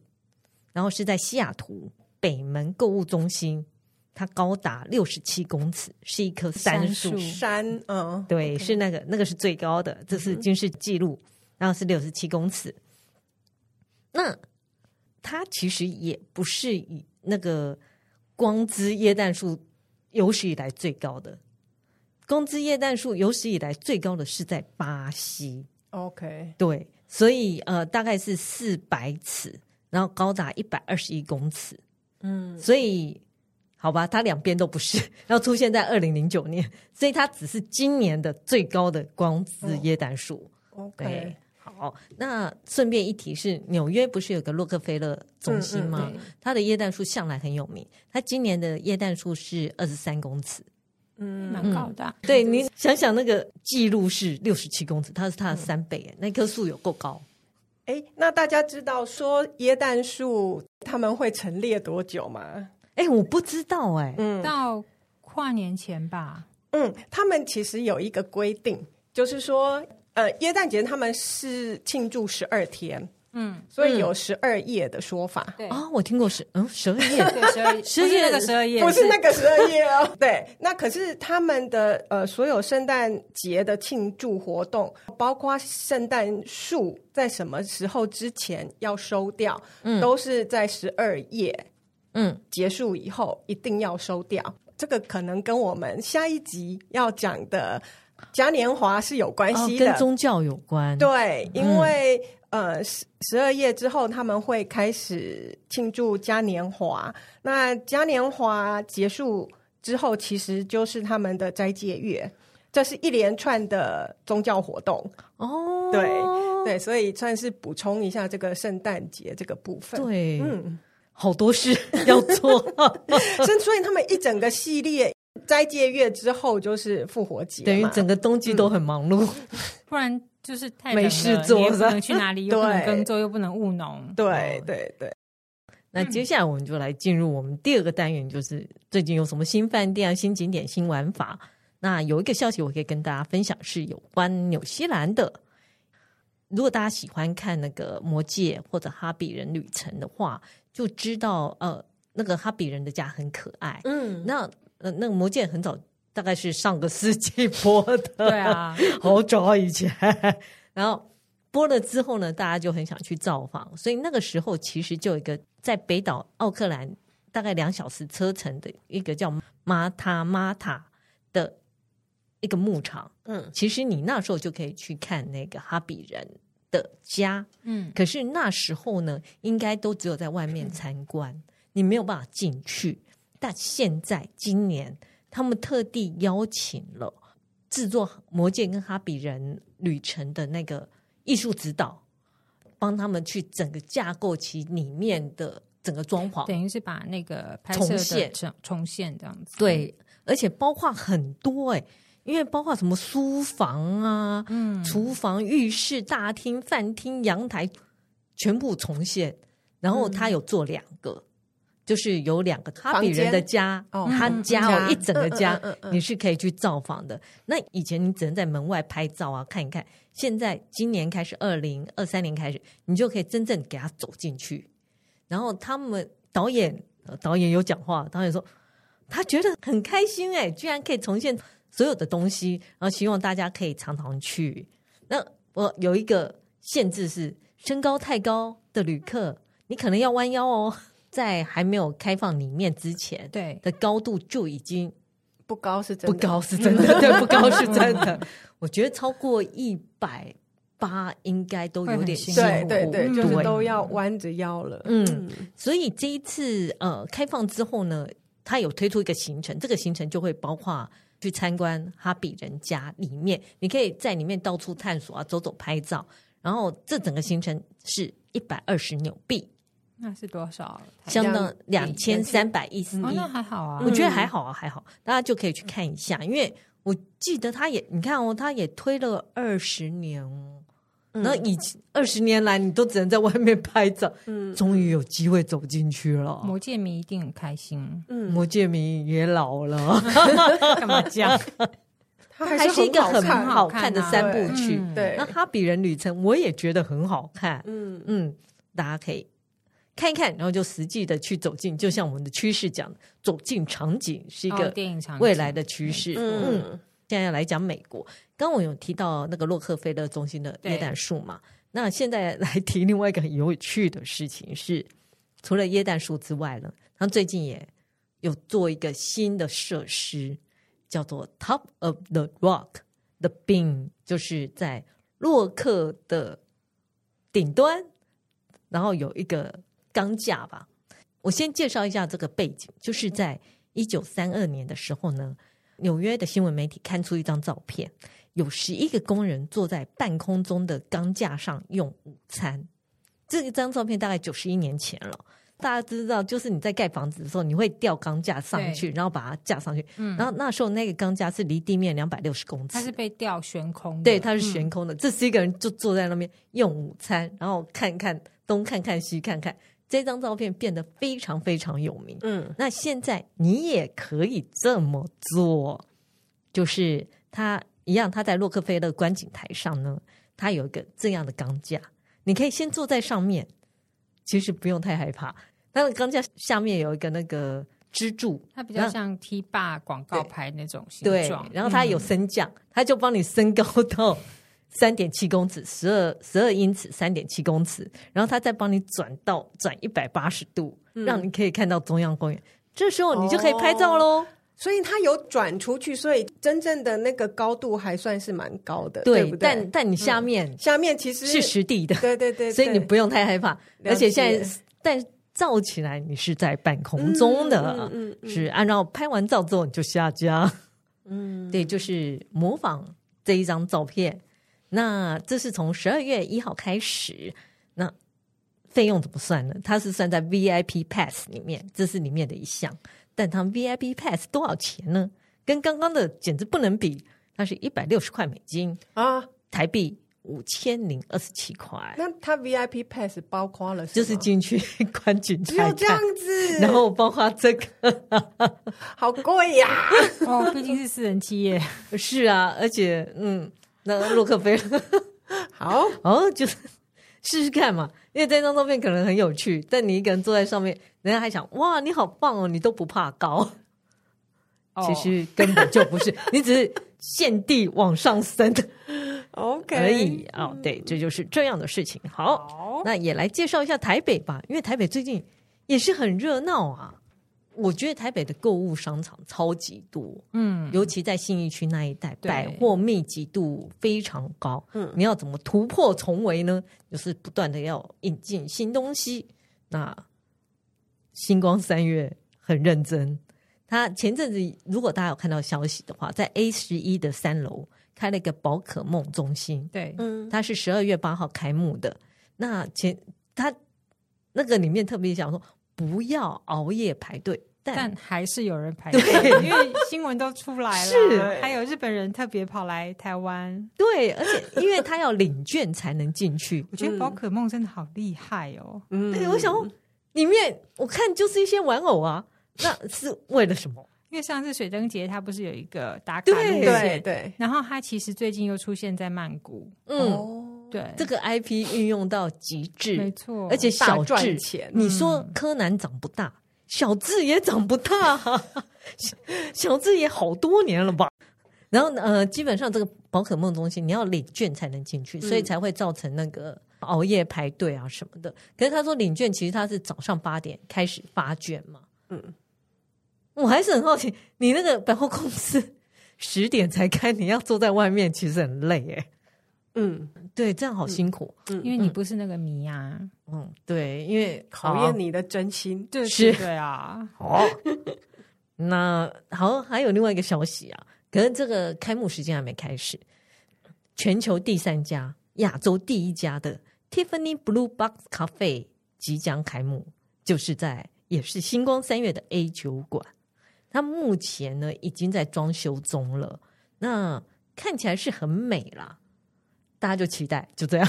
然后是在西雅图北门购物中心它高达六十七公尺，是一棵杉杉树树。山，嗯，对 OK 是那个那个是最高的，这是军事记录，然后是六十七公尺。那它其实也不是以那个光之液氮树有史以来最高的，光之液氮树有史以来最高的是在巴西， ，OK，对，所以呃大概是四百尺，然后高达一百二十一公尺，嗯，所以好吧，它两边都不是， 然后出现在二零零九年，所以它只是今年的最高的光子椰氮树。对 OK，好，那顺便一提是，纽约不是有个洛克菲勒中心吗？嗯嗯对它的椰氮树向来很有名，它今年的椰氮树是二十三公尺。嗯，蛮高的啊、对你想想，那个记录是六十七公尺，它是它的三倍耶，那棵树有够高。哎，那大家知道说椰蛋树他们会陈列多久吗？哎，我不知道哎，嗯啊到跨年前吧，嗯，他们其实有一个规定，就是说，呃，耶诞节他们是庆祝十二天，嗯，所以有十二夜的说法。对啊、我听过是嗯十二页 对，十十二二不是夜那个十二夜，不是那个十二夜 哦，对，那可是他们的呃所有圣诞节的庆祝活动，包括圣诞树在什么时候之前要收掉，都是在十二夜嗯结束以后一定要收掉。这个可能跟我们下一集要讲的嘉年华是有关哦系哎的，跟宗教有关。对，嗯因为、呃十十二夜之后，他们会开始庆祝嘉年华。那嘉年华结束之后，其实就是他们的斋戒月，这是一连串的宗教活动。哦，对对，所以算是补充一下这个圣诞节这个部分。，对，嗯，好多事要 做。 所以所以他们一整个系列。斋戒月之后就是复活节嘛，等于整个冬嗯季都很忙碌，不然就是太冷了没事做你也不是吧能去 哪里，又不能对耕作，又不能务农，对哦对对，那接下来我们就来进入我们第二个单元，就是最近有什么新饭店啊、新景点、新玩法。那有一个消息我可以跟大家分享，是有关纽西兰的。如果大家喜欢看那个《魔戒》或者《哈比人旅程》的话，就知道呃，那个哈比人的家很可爱。嗯，那呃，那个《魔戒》很早，大概是上个世纪播的，对啊， 好早以前。然后播了之后呢，大家就很想去造访，所以那个时候其实就有一个在北岛奥克兰大概两小时车程的一个叫马塔马塔的一个牧场。嗯，其实你那时候就可以去看那个哈比人的家，嗯，可是那时候呢，应该都只有在外面参观，你没有办法进去。但现在今年，他们特地邀请了制作《魔戒》跟《哈比人旅程》的那个艺术指导，帮他们去整个架构其里面的整个装潢。等于是把那个拍摄重的现重重现这样子，，对，而且包括很多哎、因为包括什么书房啊、嗯，厨房、浴室、大厅、饭厅、阳台，全部重现。然后他有做两个，就是有两个哈比人的家，房间他哦家嗯哦嗯一整个家，嗯嗯嗯嗯你是可以去造访的。那以前你只能在门外拍照啊，看一看。现在今年开始，二零二三年开始，你就可以真正给他走进去。然后他们导演呃导演有讲话，导演说他觉得很开心哎、居然可以重现所有的东西，然后希望大家可以常常去。那我有一个限制是，身高太高的旅客，你可能要弯腰哦。 在还没有开放里面之前对，的高度就已经不高是真不的，高是真嗯的，对，不高是真 的。我觉得超过一百八应该都有点辛苦，对对对，嗯就是对都要弯着腰了。嗯，所以这一次呃开放之后呢，它有推出一个行程，这个行程就会包括去参观哈比人家里面，你可以在里面到处探索啊，走走拍照。然后这整个行程是一百二十纽币， 那是多少？台相当两两千三百一十哦，一那还好啊我，觉得还好啊，还好，大家就可以去看一下，因为我记得他也，你看哦，他也推了二十年哦。那以前二十年来，你都只能在外面拍照，嗯，终于有机会走进去了。魔界迷一定很开心 嗯，魔界迷也老了，干嘛这样？它还是一个很很好看啊好看的三部曲。啊嗯对那《哈比人旅程》我也觉得很好看，嗯嗯，大家可以看一看，然后就实际的去走进，就像我们的趋势讲的，走进场景是一哦个电影场景未来的趋势。嗯，嗯现在来讲美国，刚我有提到那个洛克菲勒中心的对耶诞树嘛，那现在来提另外一个很有趣的事情是，除了耶诞树之外呢，他最近也有做一个新的设施，叫做 Top of the Rock the Beam，就是在洛克的顶端，然后有一个钢架吧。我先介绍一下这个背景，就是在一九三二年的时候呢，纽约的新闻媒体刊出一张照片，有十一个工人坐在半空中的钢架上用午餐。这一张照片大概九十一年前了。大家知道，就是你在盖房子的时候，你会吊钢架上去，然后把它架上去。嗯然后那时候那个钢架是离地面两百六十公尺，它是被吊悬空的，对，它是悬空的。这十一个人就坐在那边用午餐，然后看看东看看西看看。这张照片变得非常非常有名。嗯那现在你也可以这么做，就是它一样，它在洛克菲勒观景台上呢，它有一个这样的钢架，你可以先坐在上面，其实不用太害怕。它的钢架下面有一个那个支柱，它比较像 T 霸广告牌那种形对状，，然后它嗯有升降，它就帮你升高到 三点七公尺，十二十二英尺，三点七公尺，然后它再帮你转到转一百八十度，嗯让你可以看到中央公园。这时候你就可以拍照喽。所以它有转出去，所以真正的那个高度还算是蛮高的，对对，不对但？但你下面下面其实是实地的，对对对，所以你对不用太害怕。解而且现在，但照起来你是在半空中的，嗯嗯嗯嗯是按照拍完照之后你就下家。嗯对，就是模仿这一张照片。那这是从十二月一号开始，那费用怎么算呢？它是算在 VIP Pass 里面，这是里面的一项。但它 VIP Pass 多少钱呢？跟刚刚的简直不能比，它是一百六十块美金，啊，台币五千零二十七块，那它 VIP pass 包括了什么就是进去 观景只台有这样看，子，然后包括这个好贵呀、哦，毕竟是私人企业，是啊，而且嗯，那洛克菲勒。好，哦，就是试试看嘛，因为这张照片可能很有趣，但你一个人坐在上面，人家还想哇，你好棒哦，你都不怕高，哦其实根本就不 是，你只是限地往上升 OK，而已哦。对，这就是这样的事情。好，好那也来介绍一下台北吧，因为台北最近也是很热闹啊。我觉得台北的购物商场超级多，嗯，尤其在信义区那一带，对百货密集度非常高。嗯你要怎么突破重围呢？就是不断的要引进新东西。那星光三月很认真，他前阵子如果大家有看到消息的话，在 A 十一的三楼开了一个宝可梦中心，对，嗯，它是十二月八号开幕的。那前他那个里面特别讲说，不要熬夜排队，但但还是有人排队，因为新闻都出来了，是还有日本人特别跑来台湾，。对，而且因为他要领券才能进去我觉得宝可梦真的好厉害哦，嗯哎对，我想说里面我看就是一些玩偶啊，那是为了什么？因为上次水灯节它不是有一个打卡路线，对对对，然后它其实最近又出现在曼谷，嗯，哦，对，这个 IP 运用到极没致，错，而且大小智赚，钱，你说柯南长不大，小智也长不大、啊，小小智也好多年了吧？然后呃，基本上这个宝可梦中心你要领券才能进去，所以才会造成那个熬夜排队啊什么的。可是他说领券其实他是早上八点开始发券嘛，嗯，我还是很好奇，你那个百货公司 十点才开，你要坐在外面，其实很累哎。嗯，对，这样好辛苦。因为你不是那个迷啊，嗯，对，因为考验你的真心，对是对啊，哦。那好，还有另外一个消息啊，可能这个开幕时间还没开始。全球第三家、亚洲第一家的 Tiffany Blue Box Cafe 即将开幕，就是在也是星光三月的 A 酒馆。它目前呢已经在装修中了，那看起来是很美啦，大家就期待，就这样。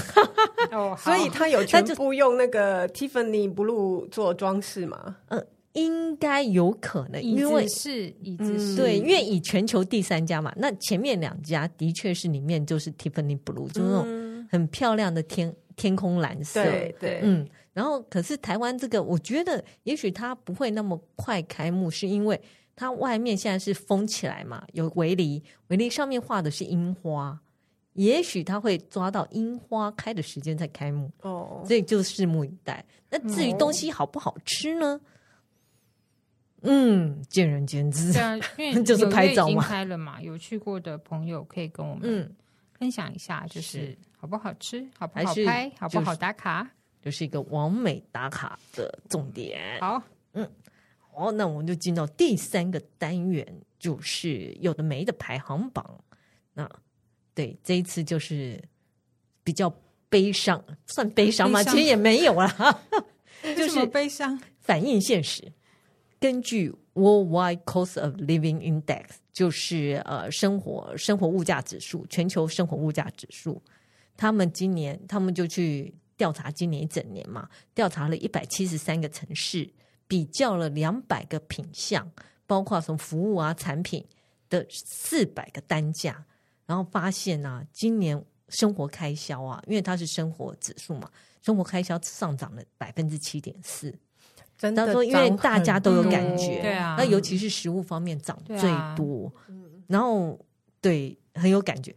哦，好所以他有全部用那个 Tiffany Blue 做装饰嘛？呃，应该有可能，椅因为子是椅子嗯是，对，因为以全球第三家嘛，那前面两家的确是里面就是 Tiffany Blue，就是那种嗯，很漂亮的天天空蓝色。对对，嗯，然后，可是台湾这个，我觉得也许它不会那么快开幕，是因为它外面现在是封起来嘛，有围篱，围篱上面画的是樱花，也许它会抓到樱花开的时间再开幕，哦，所以就拭目以待。那至于东西好不好吃呢？哦嗯，见仁见智对。啊，因 为就是纽约拍已照经嘛开了嘛，有去过的朋友可以跟我们嗯，分享一下，就是是好不好吃，好不还好是拍，好不就好是打卡。就是一个完美打卡的重点。好，好，那我们就进到第三个单元，就是有的没的排行榜。那对，这一次就是比较悲伤，算悲伤吗？悲伤其实也没有啦，就就是是悲伤。反映现实。根据 Worldwide Cost of Living Index，就是呃生活生活物价指数，全球生活物价指数，他们今年他们就去调查今年一整年嘛，调查了一百七十三个城市，比较了两百个品项，包括从服务啊产品的四百个单价，然后发现啊，今年生活开销啊，因为它是生活指数嘛，生活开销上涨了百分之七点四。真他的说，因为大家都有感觉，嗯对啊那尤其是食物方面涨对最啊多，然后对很有感觉，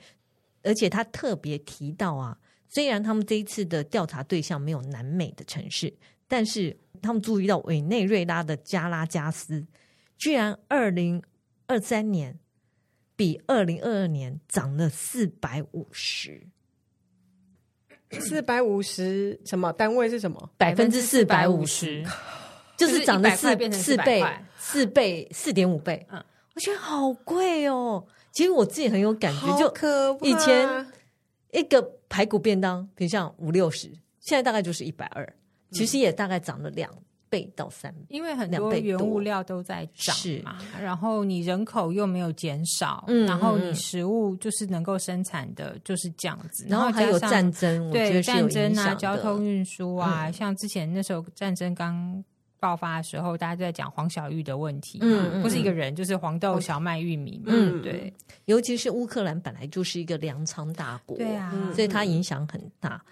而且他特别提到啊，虽然他们这一次的调查对象没有南美的城市，但是他们注意到委内瑞拉的加拉加斯，居然二零二三年比二零二二年涨了四百五十四百五十什么单位是什么？百分之四百五十， 450，就是涨了100块四变成四400倍块、四倍、四点五倍。嗯嗯，我觉得好贵哦。其实我自己很有感觉，好就可怕以前一个排骨便当，比如像五六十，现在大概就是一百二，嗯其实也大概涨了两倍到三倍。因为很两多倍原多物料都在涨是嘛，然后你人口又没有减少，嗯然后嗯你嗯食物就是能够生产的就是这样子，然后还加有上战争，我觉对得是有战影争啊、响交的。通嗯运输啊，像之前那时候战争刚爆发的时候，大家都在讲黄小玉的问题嘛，嗯嗯不是一嗯个人，就是黄豆、小麦、玉米嘛，嗯对尤其是乌克兰本来就是一个粮仓大国，对啊，嗯所以它影响很大。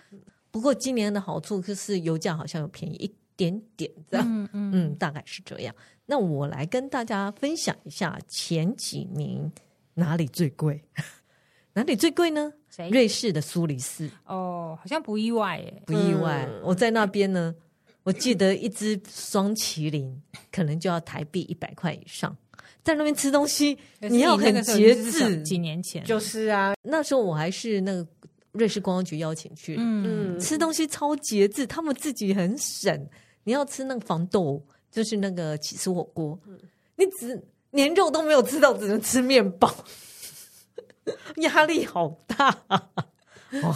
不过今年的好处就是油价好像有便宜一点点，这样。嗯嗯嗯，大概是这样。那我来跟大家分享一下前几名哪里最贵， 哪里最贵呢？谁瑞士的苏黎世，哦，好像不意外耶，不意外。我在那边呢，我记得一只双麒麟可能就要台币一百块以上，在那边吃东西可是你要那很个时候节就是小制。几年前就是啊，那时候我还是那个瑞士观光局邀请去的，嗯嗯，吃东西超节制，他们自己很省。你要吃那个防豆，就是那个起司火锅，你只连肉都没有吃到，只能吃面包， 压力好大、 哦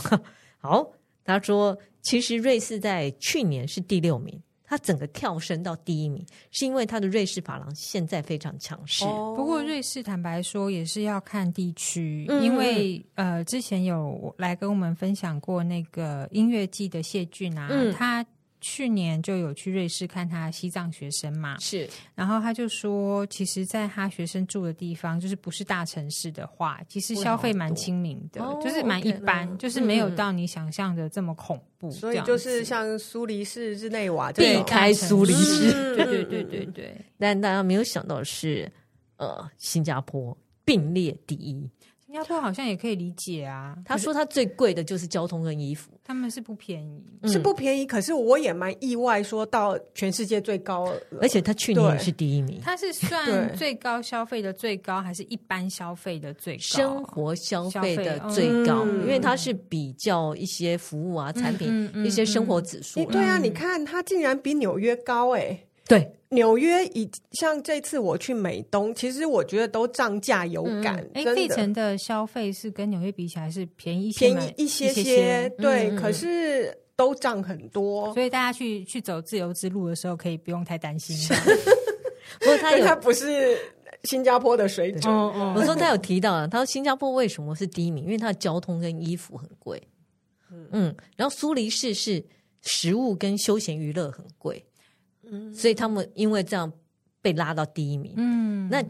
好，他说，其实瑞士在去年是第六名，它整个跳升到第一名，是因为它的瑞士法郎现在非常强势。哦不过瑞士坦白说也是要看地区，嗯因为呃之前有来跟我们分享过那个音乐季的谢俊啊，嗯他去年就有去瑞士看他西藏学生嘛，是，然后他就说，其实在他学生住的地方，就是不是大城市的话，其实消费蛮亲民的，会好很多就是蛮一般，哦，OK，就是没有嗯嗯到你想象的这么恐怖。所这以样子就是像苏黎世、日内瓦这对避种，开苏黎世嗯对对对对对。但大家没有想到的是，呃，新加坡并列第一。新加坡好像也可以理解啊，他说他最贵的就是交通跟衣服，他们是不便宜，嗯是不便宜，可是我也蛮意外，说到全世界最高了，而且他去年也是第一名。它是算对最高消费的最高，还是一般消费的最高？生活消费的最消高，费嗯因为它是比较一些服务啊、产品、嗯嗯一些生活指数你啦、对啊，你看它竟然比纽约高哎、对，纽约以像这次我去美东，其实我觉得都涨价有感，哎，真费的城的消费是跟纽约比起来是便宜一些便嘛宜一些些些，嗯对，嗯可是都涨很多，所以大家去去走自由之路的时候，可以不用太担心。不过他但它有。不是新加坡的水准。嗯哦哦我说他有提到啊，他说新加坡为什么是第一名？因为它的交通跟衣服很贵，嗯，然后苏黎世是食物跟休闲娱乐嗯很贵，所以他们因为这样被拉到第一名。嗯那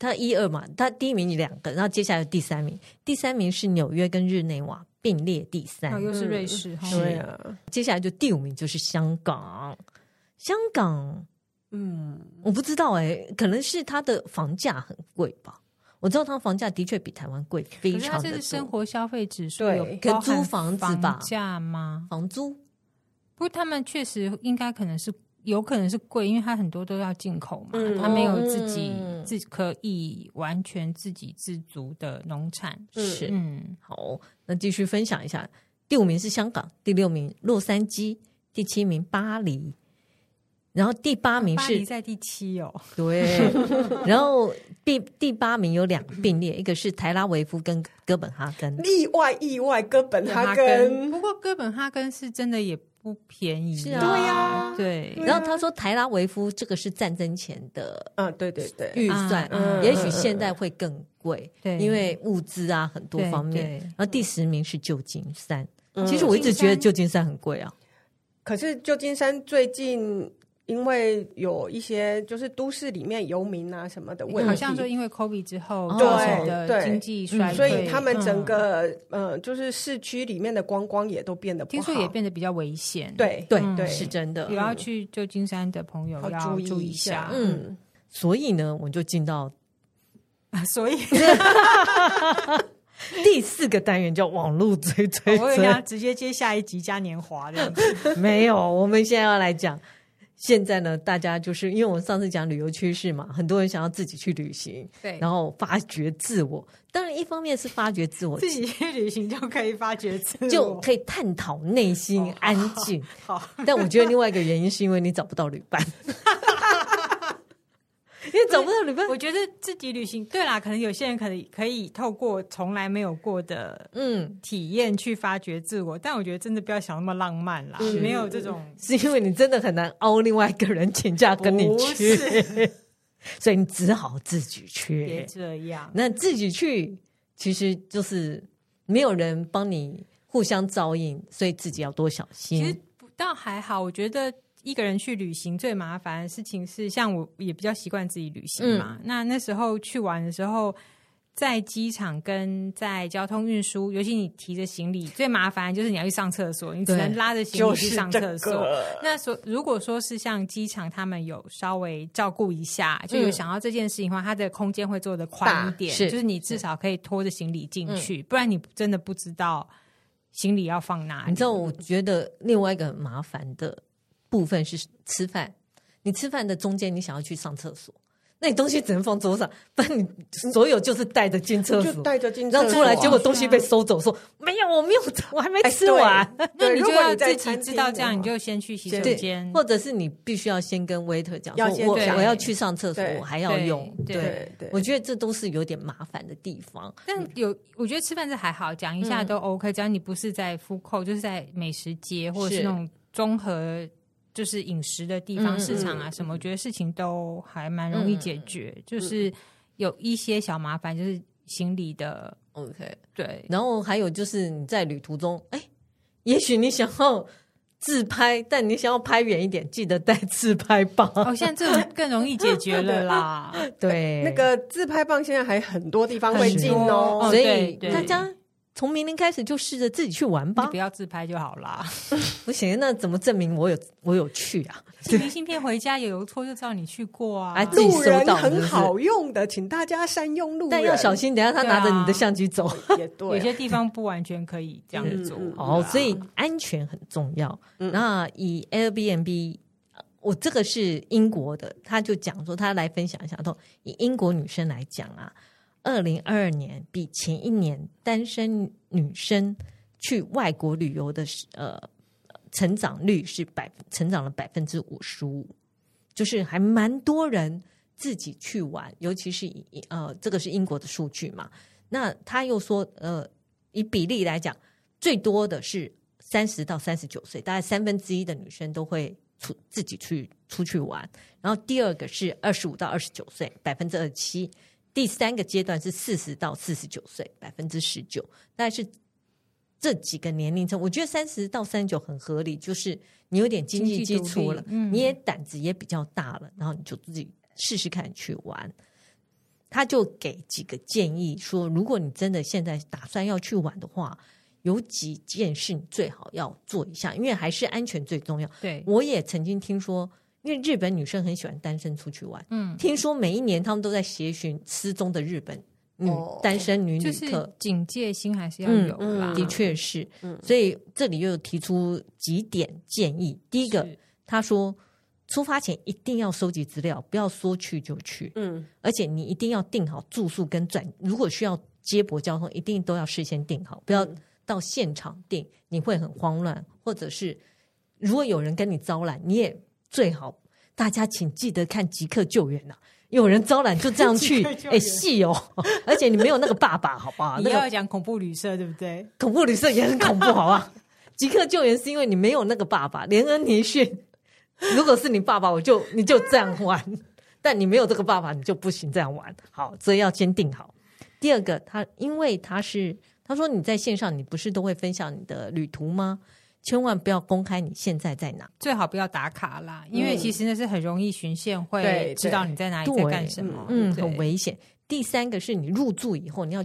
它一二嘛，它第一名两个，然后接下来第三名，第三名是纽约跟日内瓦并列第三然后，又是瑞士哈，对啊，接下来就第五名就是香港，香港嗯，我不知道哎、可能是它的房价很贵吧。我知道它房价的确比台湾贵，非可是它常这的是生多。活消费指数对有可包含租房子吧房价吗？房租不过他们确实应该可能是有可能是贵，因为它很多都要进口嘛，嗯哦它没有自己、嗯自可以完全自给自足的农产。是、嗯，好，那继续分享一下，第五名是香港，第六名洛杉矶，第七名巴黎，然后第八名巴是黎在第七哦，对，然后第第八名有两个并列，一个是台拉维夫跟哥本哈根，意外意外，哥本哈根。根，不过哥本哈根是真的也不便宜，是啊对呀对。然后他说台拉维夫这个是战争前的嗯，对对对，预算，嗯啊也许现在会更贵，对因为物资啊很多对方面对。然后第十名是旧金山，嗯其实我一直觉得旧旧金山很贵啊，可是旧金山最近因为有一些就是都市里面游民啊什么的问题，好像说因为 COVID 之后对造成的对经济衰退，所以他们整嗯个、呃，就是市区里面的观光也都变得不听好，说也变得比较危险。，对对嗯，是真的有。要去旧金山的朋友要要注意意一下，嗯，嗯，所以呢，我就进到嗯 所以第四个单元叫网络追 追哦我也要追，直接接下一集嘉年华这样子。 没有，我们现在要来讲。现在呢，大家就是因为我们上次讲旅游趋势嘛，很多人想要自己去旅行，对然后发掘自我。当然，一方面是发掘自我， 自己去旅行就可以发掘自我，就可以探讨内心安静。好，但我觉得另外一个原因是因为你找不到旅 伴，因为找不到旅伴，我觉得自己旅行，对啦，可能有些人可能可以透过从来没有过的嗯，体验去发掘自我，但我觉得真的不要想那么浪漫啦，嗯没有这种是因为你真的很难凹另外一个人请假跟你不去，是 所以你只好自己别去。这样。那自己去其实就是没有人帮你互相照应，所以自己要多小其实心。不倒还好，我觉得一个人去旅行最麻烦的事情是，像我也比较习惯自己旅行嘛。那那时候去玩的时候，在机场跟在交通运输，尤其你提着行李，最麻烦就是你要去上厕所，你只对能拉着行就李去是上这厕所。个，那所如果说是像机场，他们有稍微照顾一下，就有想到这件事情的话，它的空间会做的宽一点，大是就是你至少可以拖着行李进去，不然你真的不知道行李要放哪里。你知道，我觉得另外一个很麻烦的部分是吃饭。你吃饭的中间，你想要去上厕所，那你东西只能放桌上，不然你所有就是带着进厕嗯就所，带着进然后厕出来，所啊结果东西被收走，说没有，我没有，我还没哎吃完。对那对你如就果要你在自己餐知道厅这的样，你话就先去洗手对间，或者是你必须要先跟 waiter 讲要说，先我讲我要去上厕所，对我还要用。对对，对对，我觉得这都是有点麻烦的地方。但有，我觉得吃饭这还好，讲一下都 OK，、只要你不是在 food court，就是在美食街或者是是那种综合就是饮食的地方、嗯市场啊什么，我觉得事情都还蛮容易解决。就是有一些小麻烦，就是行李的， OK，对，然后还有就是你在旅途中，哎，也许你想要自拍，但你想要拍远一点，记得带自拍棒。 哦，现在这种更容易解决了啦。对，那个自拍棒现在还很多地方会进很多哦哦，所对以对大家从明天开始就试着自己去玩你吧不。要自拍就好啦。不行，那怎么证明我有我有去啊？明信片回家邮戳就知道你去过啊。哎自己路收到人的很好用的，请大家善用路人，但要小心，等一下他拿着你的相机走。也对啊，有些地方不完全可以这样做嗯嗯嗯。哦，所对以啊安全很重要。嗯那以 Airbnb，呃我这个是英国的，他就讲说他来分享一下，说以英国女生来讲啊，二零二二年比前一年单身女生去外国旅游的是呃成长率是百成长了百分之五十五，就是还蛮多人自己去玩，尤其是以呃这个是英国的数据嘛。那他又说呃以比例来讲，最多的是三十到三十九岁，大概三分之一的女生都会出自己去出去玩。然后第二个是二十五到二十九岁，百分之二七。第三个阶段是四十到四十九岁，百分之十九，大概是这几个年龄层。我觉得三十到三十九很合理，就是你有点经济基础了，经济独立嗯你也胆子也比较大了，然后你就自己试试看去玩。他就给几个建议说，如果你真的现在打算要去玩的话，有几件事你最好要做一下，因为还是安全最重要。对，我也曾经听说，因为日本女生很喜欢单身出去玩，嗯，听说每一年他们都在协寻失踪的日本嗯、哦单身女就旅是客。警戒心还是要嗯有啦，嗯的确是，嗯所以这里又提出几点建议。第一个，是他说出发前一定要收集资料，不要说去就去，嗯而且你一定要定好住宿跟转，如果需要接驳交通，一定都要事先定好，不要嗯到现场定，你会很慌乱，或者是如果有人跟你招揽，你也最好大家请记得看即刻救援呐、有人招揽就这样去， 即刻救哎、援戏哦， 而且你没有那个爸爸，好不 好？你那个要讲恐怖旅社对不对？恐怖旅社也很恐怖，好吧？即刻救援是因为你没有那个爸爸，连恩尼逊。如果是你爸爸，我就你就这样玩；但你没有这个爸爸，你就不行这样玩。好，所以要先定好。第二个，他因为他是他说你在线上，你不是都会分享你的旅途吗？千万不要公开你现在在哪。最好不要打卡啦，因为嗯其实那是很容易循线，会对知道你在哪里对在干什么，嗯，对很危险。第三个是你入住以后，你要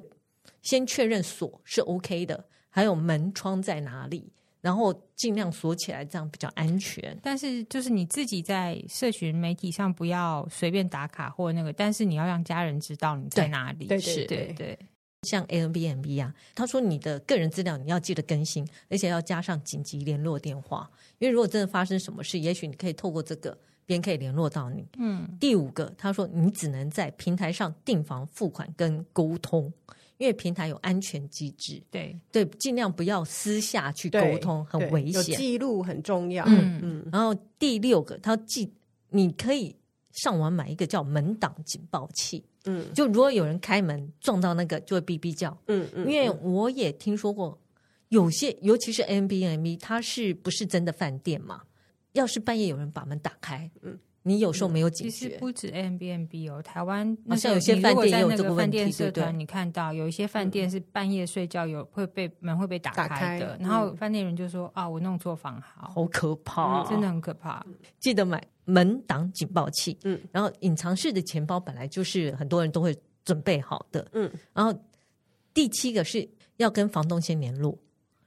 先确认锁是 OK 的，还有门窗在哪里，然后尽量锁起来，这样比较安全。但是就是你自己在社群媒体上不要随便打卡或那个，但是你要让家人知道你在对哪里。对对是对对对，像 Airbnb 啊，他说你的个人资料你要记得更新，而且要加上紧急联络电话，因为如果真的发生什么事，也许你可以透过这个别人可以联络到你。嗯，第五个，他说你只能在平台上订房、付款跟沟通，因为平台有安全机制，对，对，尽量不要私下去对沟通，很对危有险。记录很重要。嗯嗯然后第六个，他记你可以上网买一个叫门挡警报器，嗯就如果有人开门撞到那个，就会哔哔叫。嗯嗯，因为我也听说过，有些尤其是 M B M E，它是不是真的饭店嘛？要是半夜有人把门打开，嗯嗯，你有时候没有警其实觉，不止 M B N B 哦，台湾好那时像候有些你如果饭店也在有那这个个问饭题店社对不嗯对团，你看到有一些饭店是半夜睡觉有会被门会被打打开开的，嗯然后饭店人就说啊，我弄错房号，好可怕、嗯真的很可怕。记得买门挡警报器，嗯嗯，然后隐藏式的钱包本来就是很多人都会准备好的，嗯嗯，然后第七个是要跟房东先联络。嗯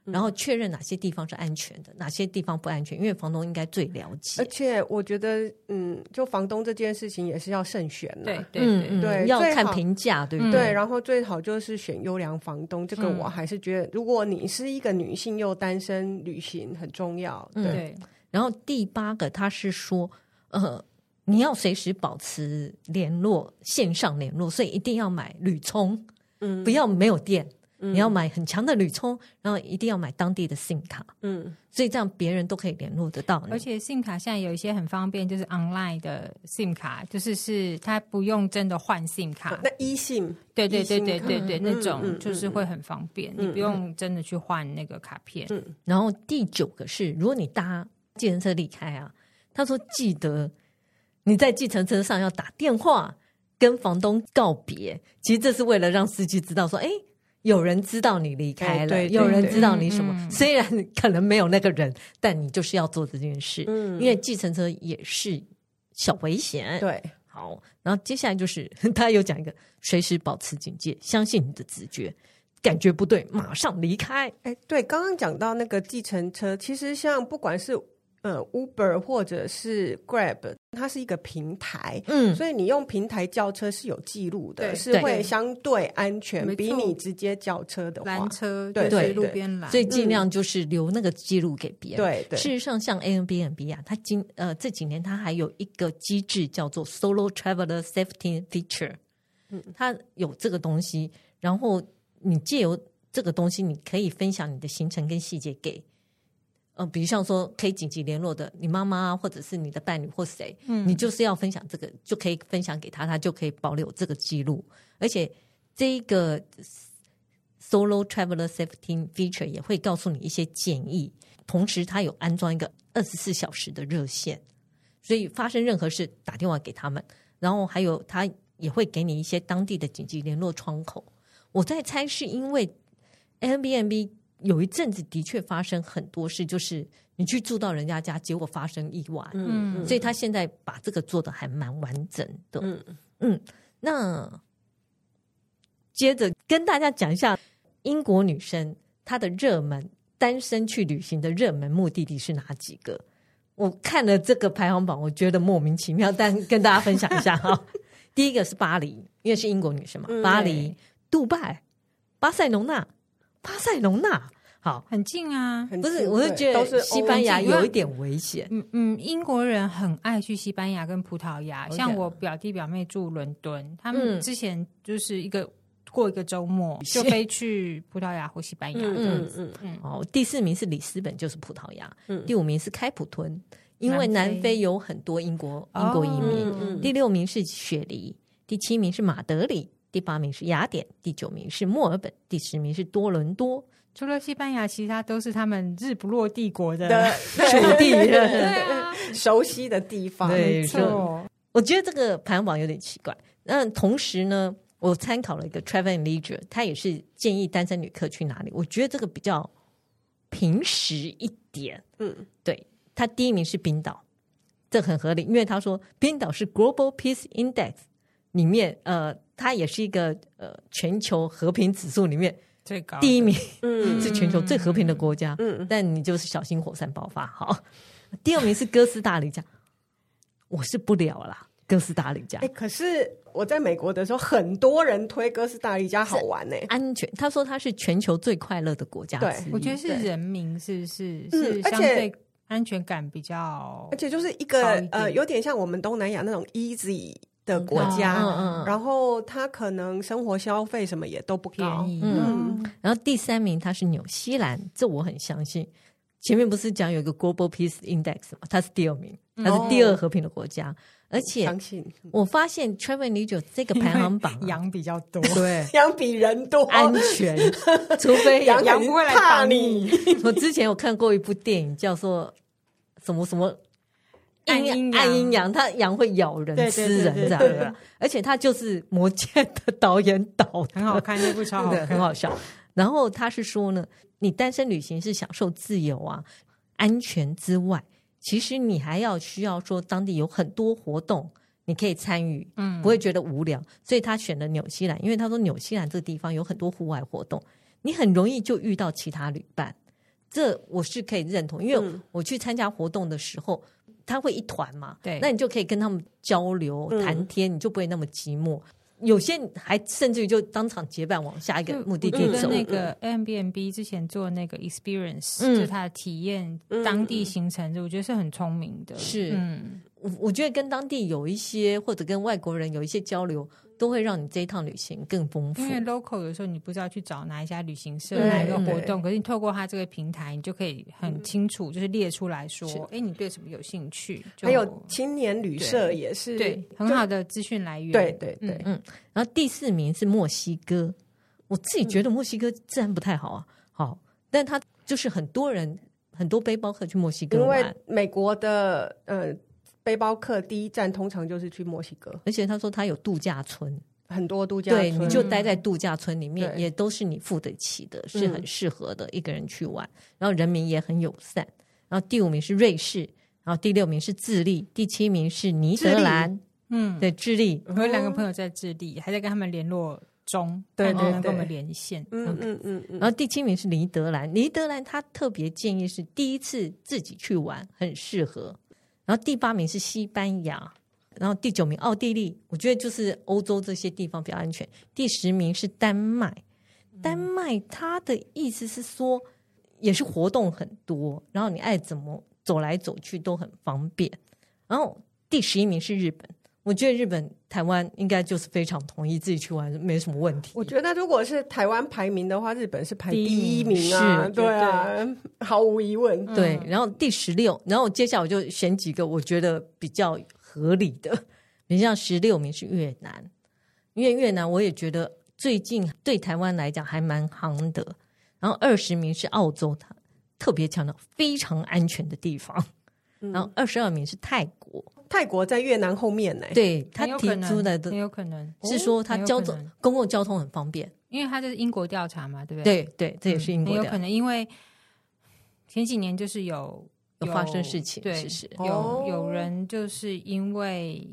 然后确认哪些地方是安全的，哪些地方不安全，因为房东应该最了解而。且我觉得，嗯，就房东这件事情也是要慎选啦对对对，嗯嗯，对要最看好评价，对不嗯对对，？然后最好就是选优良房东。这个嗯我还是觉得，如果你是一个女性又单身，旅行很重要。嗯对，对，然后第八个，他是说，呃，你要随时保持联络，线上联络，所以一定要买铝充，嗯不，要没有电，嗯你要，买很强的铝充，然后一定要买当地的 SIM 卡，嗯，所以这样别人都可以联络得到你。而且 SIM 卡现在有一些很方便，就是 online 的 SIM 卡，就是是它不用真的换 SIM 哦卡，那一信，对对，E 对一对星对对，嗯那嗯种嗯就是会很方便，嗯你不用真的去换那个卡片。嗯然后第九个是，如果你搭计程车离开啊，他说记得你在计程车上要打电话跟房东告别，其实这是为了让司机知道说，哎。有人知道你离开了，哎对对有人知道你什么。对嗯嗯虽然可能没有那个人，但你就是要做这件事，嗯因为计程车也是小危险。对，好，然后接下来就是 他有讲一个，随时保持警戒，相信你的直觉，感觉不对马上离开。哎，对，刚刚讲到那个计程车，其实像不管是呃 Uber 或者是 Grab，它是一个平台。嗯，所以你用平台叫车是有记录的，对是对会相对安全没，比错你直接叫车的话拦，车对就是对路对边拦，所以尽量就是留那个记录给别人。嗯对对事实上，像 a n b n b 啊，它今呃这几年它还有一个机制叫做 Solo Traveler Safety Feature，它嗯有这个东西，然后你借由这个东西，你可以分享你的行程跟细节给。呃，比如像说可以紧急联络的你妈妈啊，或者是你的伴侣或谁，嗯你就是要分享这个，就可以分享给他，他就可以保留这个记录。而且这一个 Solo Traveler Safety Feature 也会告诉你一些建议，同时它有安装一个二十四小时的热线，所以发生任何事打电话给他们，然后还有它也会给你一些当地的紧急联络窗口。我在猜是因为 Airbnb 有一阵子的确发生很多事，就是你去住到人家家，结果发生意外，嗯所以他现在把这个做的还蛮完整的。嗯嗯，那接着跟大家讲一下英国女生她的热门单身去旅行的热门目的地是哪几个。我看了这个排行榜，我觉得莫名其妙，但跟大家分享一下哈。 第一个是巴黎，因为是英国女生嘛，嗯巴黎、杜拜、巴塞隆纳、巴塞隆纳。好，很近啊。很不是，近我是对觉都得是西班牙欧欧洲有一点危险。嗯嗯，英国人很爱去西班牙跟葡萄牙， OK 像我表弟表妹住伦敦，他嗯们之前就是一个过一个周末就飞去葡萄牙或西啊班牙嗯这样嗯子。嗯，哦，第四名是里斯本，就是葡萄牙；嗯第五名是开普敦，因为南非南非有很多英国英国移民。哦嗯第六名是雪梨，第七名是马德里，第八名是雅典，第九名是墨尔本，第十名是多伦多。除了西班牙，其他都是他们日不落帝国的。的 属地对人啊，熟悉的地方，对没是错。我觉得这个排行榜有点奇怪。那同时呢，我参考了一个 Travel and Leisure，它也是建议单身旅客去哪里。我觉得这个比较平实一点。嗯，对，它第一名是冰岛，这很合理，因为他说冰岛是 Global Peace Index 里面，呃，它也是一个呃全球和平指数里面最高第一一名，啊嗯 是全球最和平的国家。嗯，但你就是小心火山爆发。好，第二名是哥斯达黎加，我是不了啦，哥斯达黎加哎、可是我在美国的时候，很多人推哥斯达黎加好玩呢、安全。他说他是全球最快乐的国家对之一我觉得是对人民是不是嗯是而且相对安全感比较而且就是一个好一点呃，有点像我们东南亚那种 easy 的国家，嗯嗯嗯然后它可能生活消费什么也都不高便，宜。嗯嗯然后第三名他是纽西兰，这我很相信。前面不是讲有一个 Global Peace Index 吗？它是第二名，嗯它是第二和平的国家。哦而且相信我发现 Travel n e w 这个排行榜、啊、羊比较多，对羊比人多，安全，哦除非羊羊很不会来怕帮你，我之前有看过一部电影，叫做什么什么暗阴阳暗阴阳，它羊会咬人、对对吃人对对这样对的，而且它就是《魔戒》的导演导的， 很好看，那部超好对，很看。好笑。然后他是说呢，你单身旅行是享受自由啊、安全之外，其实你还要需要说当地有很多活动你可以参与，嗯不会觉得无聊。所以他选了纽西兰，因为他说纽西兰这个地方有很多户外活动，你很容易就遇到其他旅伴。这我是可以认同，因为嗯我去参加活动的时候，他会一团嘛，对那你就可以跟他们交流、嗯谈天，你就不会那么寂寞。有些还甚至于就当场结伴往下一个目的就地嗯我觉走得。那个 m b n b 之前做那个 experience，、嗯就是它的体验嗯当地行程，我觉得是很聪明的。是嗯，我我觉得跟当地有一些或者跟外国人有一些交流，都会让你这一趟旅行更丰富因。为 local 有时候你不知道去找哪一家旅行社、嗯对嗯哪一个活动，可是你透过它这个平台，你就可以很清楚，就是列出来说是，哎，你对什么有兴趣？就还有青年旅社也是对很好的资讯来源。对对对嗯然后第四名是墨西哥，我自己觉得墨西哥治安不太好啊，好，但它就是很多人很多背包客去墨西哥因玩为，美国的呃背包客第一站通常就是去墨西哥，而且他说他有度假村，很多度假对，村，嗯你就待在度假村里面，对嗯也都是你付得起的，是很适合的一个人去玩。然后人民也很友善。然后第五名是瑞士，然后第六名是智利，第七名是尼德兰，嗯，对，智利。我有两个朋友在智利，还在跟他们联络中，对看能不能对跟我对们连线。嗯嗯嗯嗯，然后第七名是尼德兰，尼德兰他特别建议是第一次自己去玩很适合。然后第八名是西班牙，然后第九名奥地利，我觉得就是欧洲这些地方比较安全。第十名是丹麦，嗯丹麦它的意思是说也是活动很多，然后你爱怎么走来走去都很方便。然后第十一名是日本，我觉得日本、台湾应该就是非常同意自己去玩，没什么问题。我觉得如果是台湾排名的话，日本是排第第一一名名啊，是嗯对啊，毫无疑问。嗯对，然后第十六，然后接下来我就选几个我觉得比较合理的，比如像十六名是越南，因为越南我也觉得最近对台湾来讲还蛮夯的。然后二十名是澳洲，它特别强调非常安全的地方。嗯然后二十二名是泰国，嗯泰国在越南后面呢、对他哎很有提可能出来很的有可能是说他很有交可通能公共交通很方便。因为他这是英国调查嘛，对不对？嗯对对，这也是英很国有可的，能因为前几年就是有有发生事情对，是是哦有有人就是因为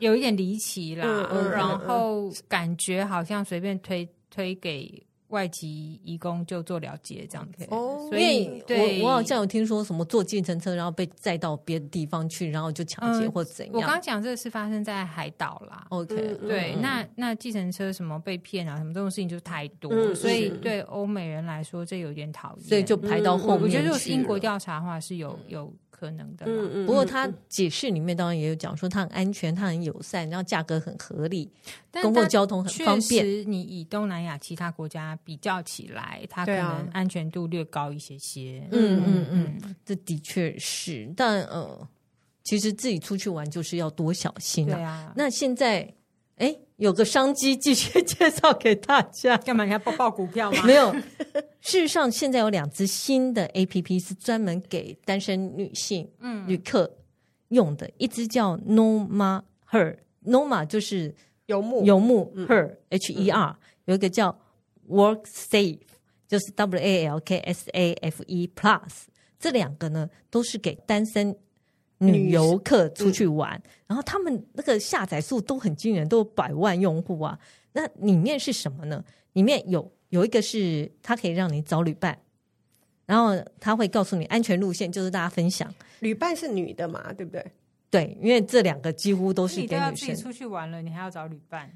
有一点离奇啦，呃嗯嗯嗯然后感觉好像随便推推给外籍义工就做了结这样子。哦所因以为对我我好像有听说什么坐计程车，然后被载到别的地方去，然后就抢劫嗯或怎我样。刚讲这个是发生在海岛啦。 OK，嗯对，嗯那那计程车什么被骗啊，什么这种事情就是太多，嗯所以是对欧美人来说这有点讨厌。所以就排到后面去了。嗯嗯我觉得如果是英国调查的话是有有可能的啦。嗯嗯不过他解释里面当然也有讲说，它很安全，它很友善，然后价格很合理，但公它共交通很确方便。实，你以东南亚其他国家比较起来，它可对啊能安全度略高一些些。嗯嗯嗯嗯，这的确是，但呃，其实自己出去玩就是要多小心对啊。啊。那现在哎，有个商机继续 介绍给大家。干嘛？你还报报股 票吗？没有，事实上现在有两只新的 A P P 是专门给单身女性嗯旅客用的，一只叫 Noma Her。Noma 就是游哦牧游牧嗯 her H E R，有一个叫 Work Safe，就是 W A L K S A F E Plus，这两个呢都是给单身女游客出去玩，嗯然后他们那个下载数都很惊人，都有百万用户啊。那里面是什么呢？里面有有一个是它可以让你找旅伴，然后它会告诉你安全路线，就是大家分享。旅伴是女的嘛，对不对？对，因为这两个几乎都不是你给都要女自己生，出去玩了，你还要找旅伴？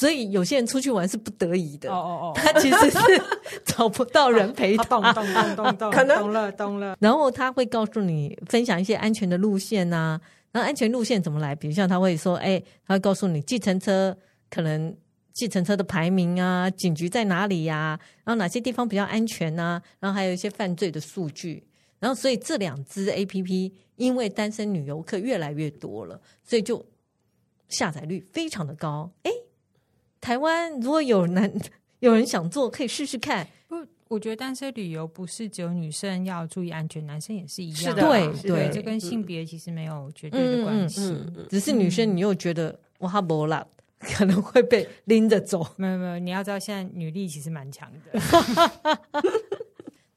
所以有些人出去玩是不得已的。哦哦哦，他其实是找不到人陪啊他，懂懂懂懂懂，可能懂了懂了。 然后他会告诉你分享一些安全的路线呐、然后安全路线怎么来？比如像他会说，哎，他会告诉你计程车可能计程车的排名啊，警局在哪里呀、然后哪些地方比较安全呐、然后还有一些犯罪的数据。然后所以这两支 A P P 因为单身女游客越来越多了，所以就下载率非常的高。哎，台湾如果有男 有人想做，可以试试看。不，我觉得单身旅游不是只有女生要注意安全，男生也是一样是的啊对是对这跟性别其实没有绝对的关系。嗯只是女生，你又觉得哇哈不啦， 可能会被拎着走。没有没有，你要知道现在女力其实蛮强的。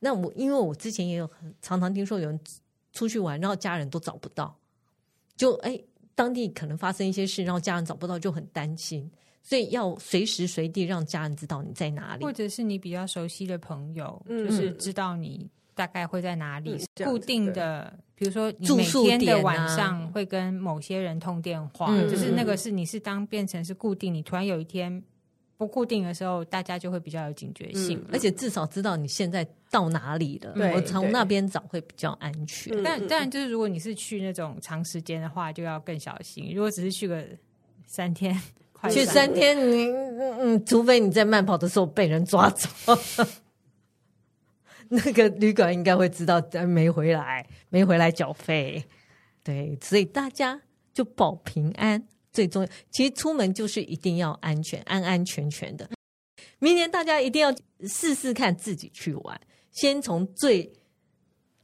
那我因为我之前也有很常常听说有人出去玩，然后家人都找不到，就哎当地可能发生一些事，然后家人找不到就很担心，所以要随时随地让家人知道你在哪里或。者是你比较熟悉的朋友，啊嗯就是知道你大概会在哪里嗯，这样固子定的，比如说你住每宿天的点晚啊上会跟某些人通电话，嗯就是嗯那个嗯是你是当变成是固定，你突然有一天不固定的时候，大家就会比较有警嗯觉性。而且至少知道你现在到哪里了，对我从对那边找会比较安全。嗯但但就是如果你是去那种长时间的话，就要更小心。如果只是去个三天， 快去闪三天，你嗯嗯，除非你在慢跑的时候被人抓走， 那个旅馆应该会知道呃没回来，没回来缴费。对，所以大家就保平安最重要。其实出门就是一定要安全，安安全全的。明年大家一定要试试看自己去玩，先从最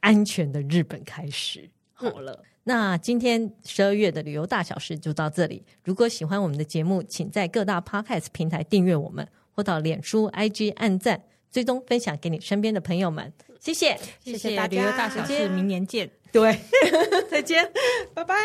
安全的日本开始嗯好了。那今天十二月的旅游大小事就到这里。如果喜欢我们的节目，请在各大 podcast 平台订阅我们，或到脸书、IG 按赞，最终分享给你身边的朋友们。谢谢，谢谢谢谢大旅游家大小再事，见 明年见。对，再见。拜拜。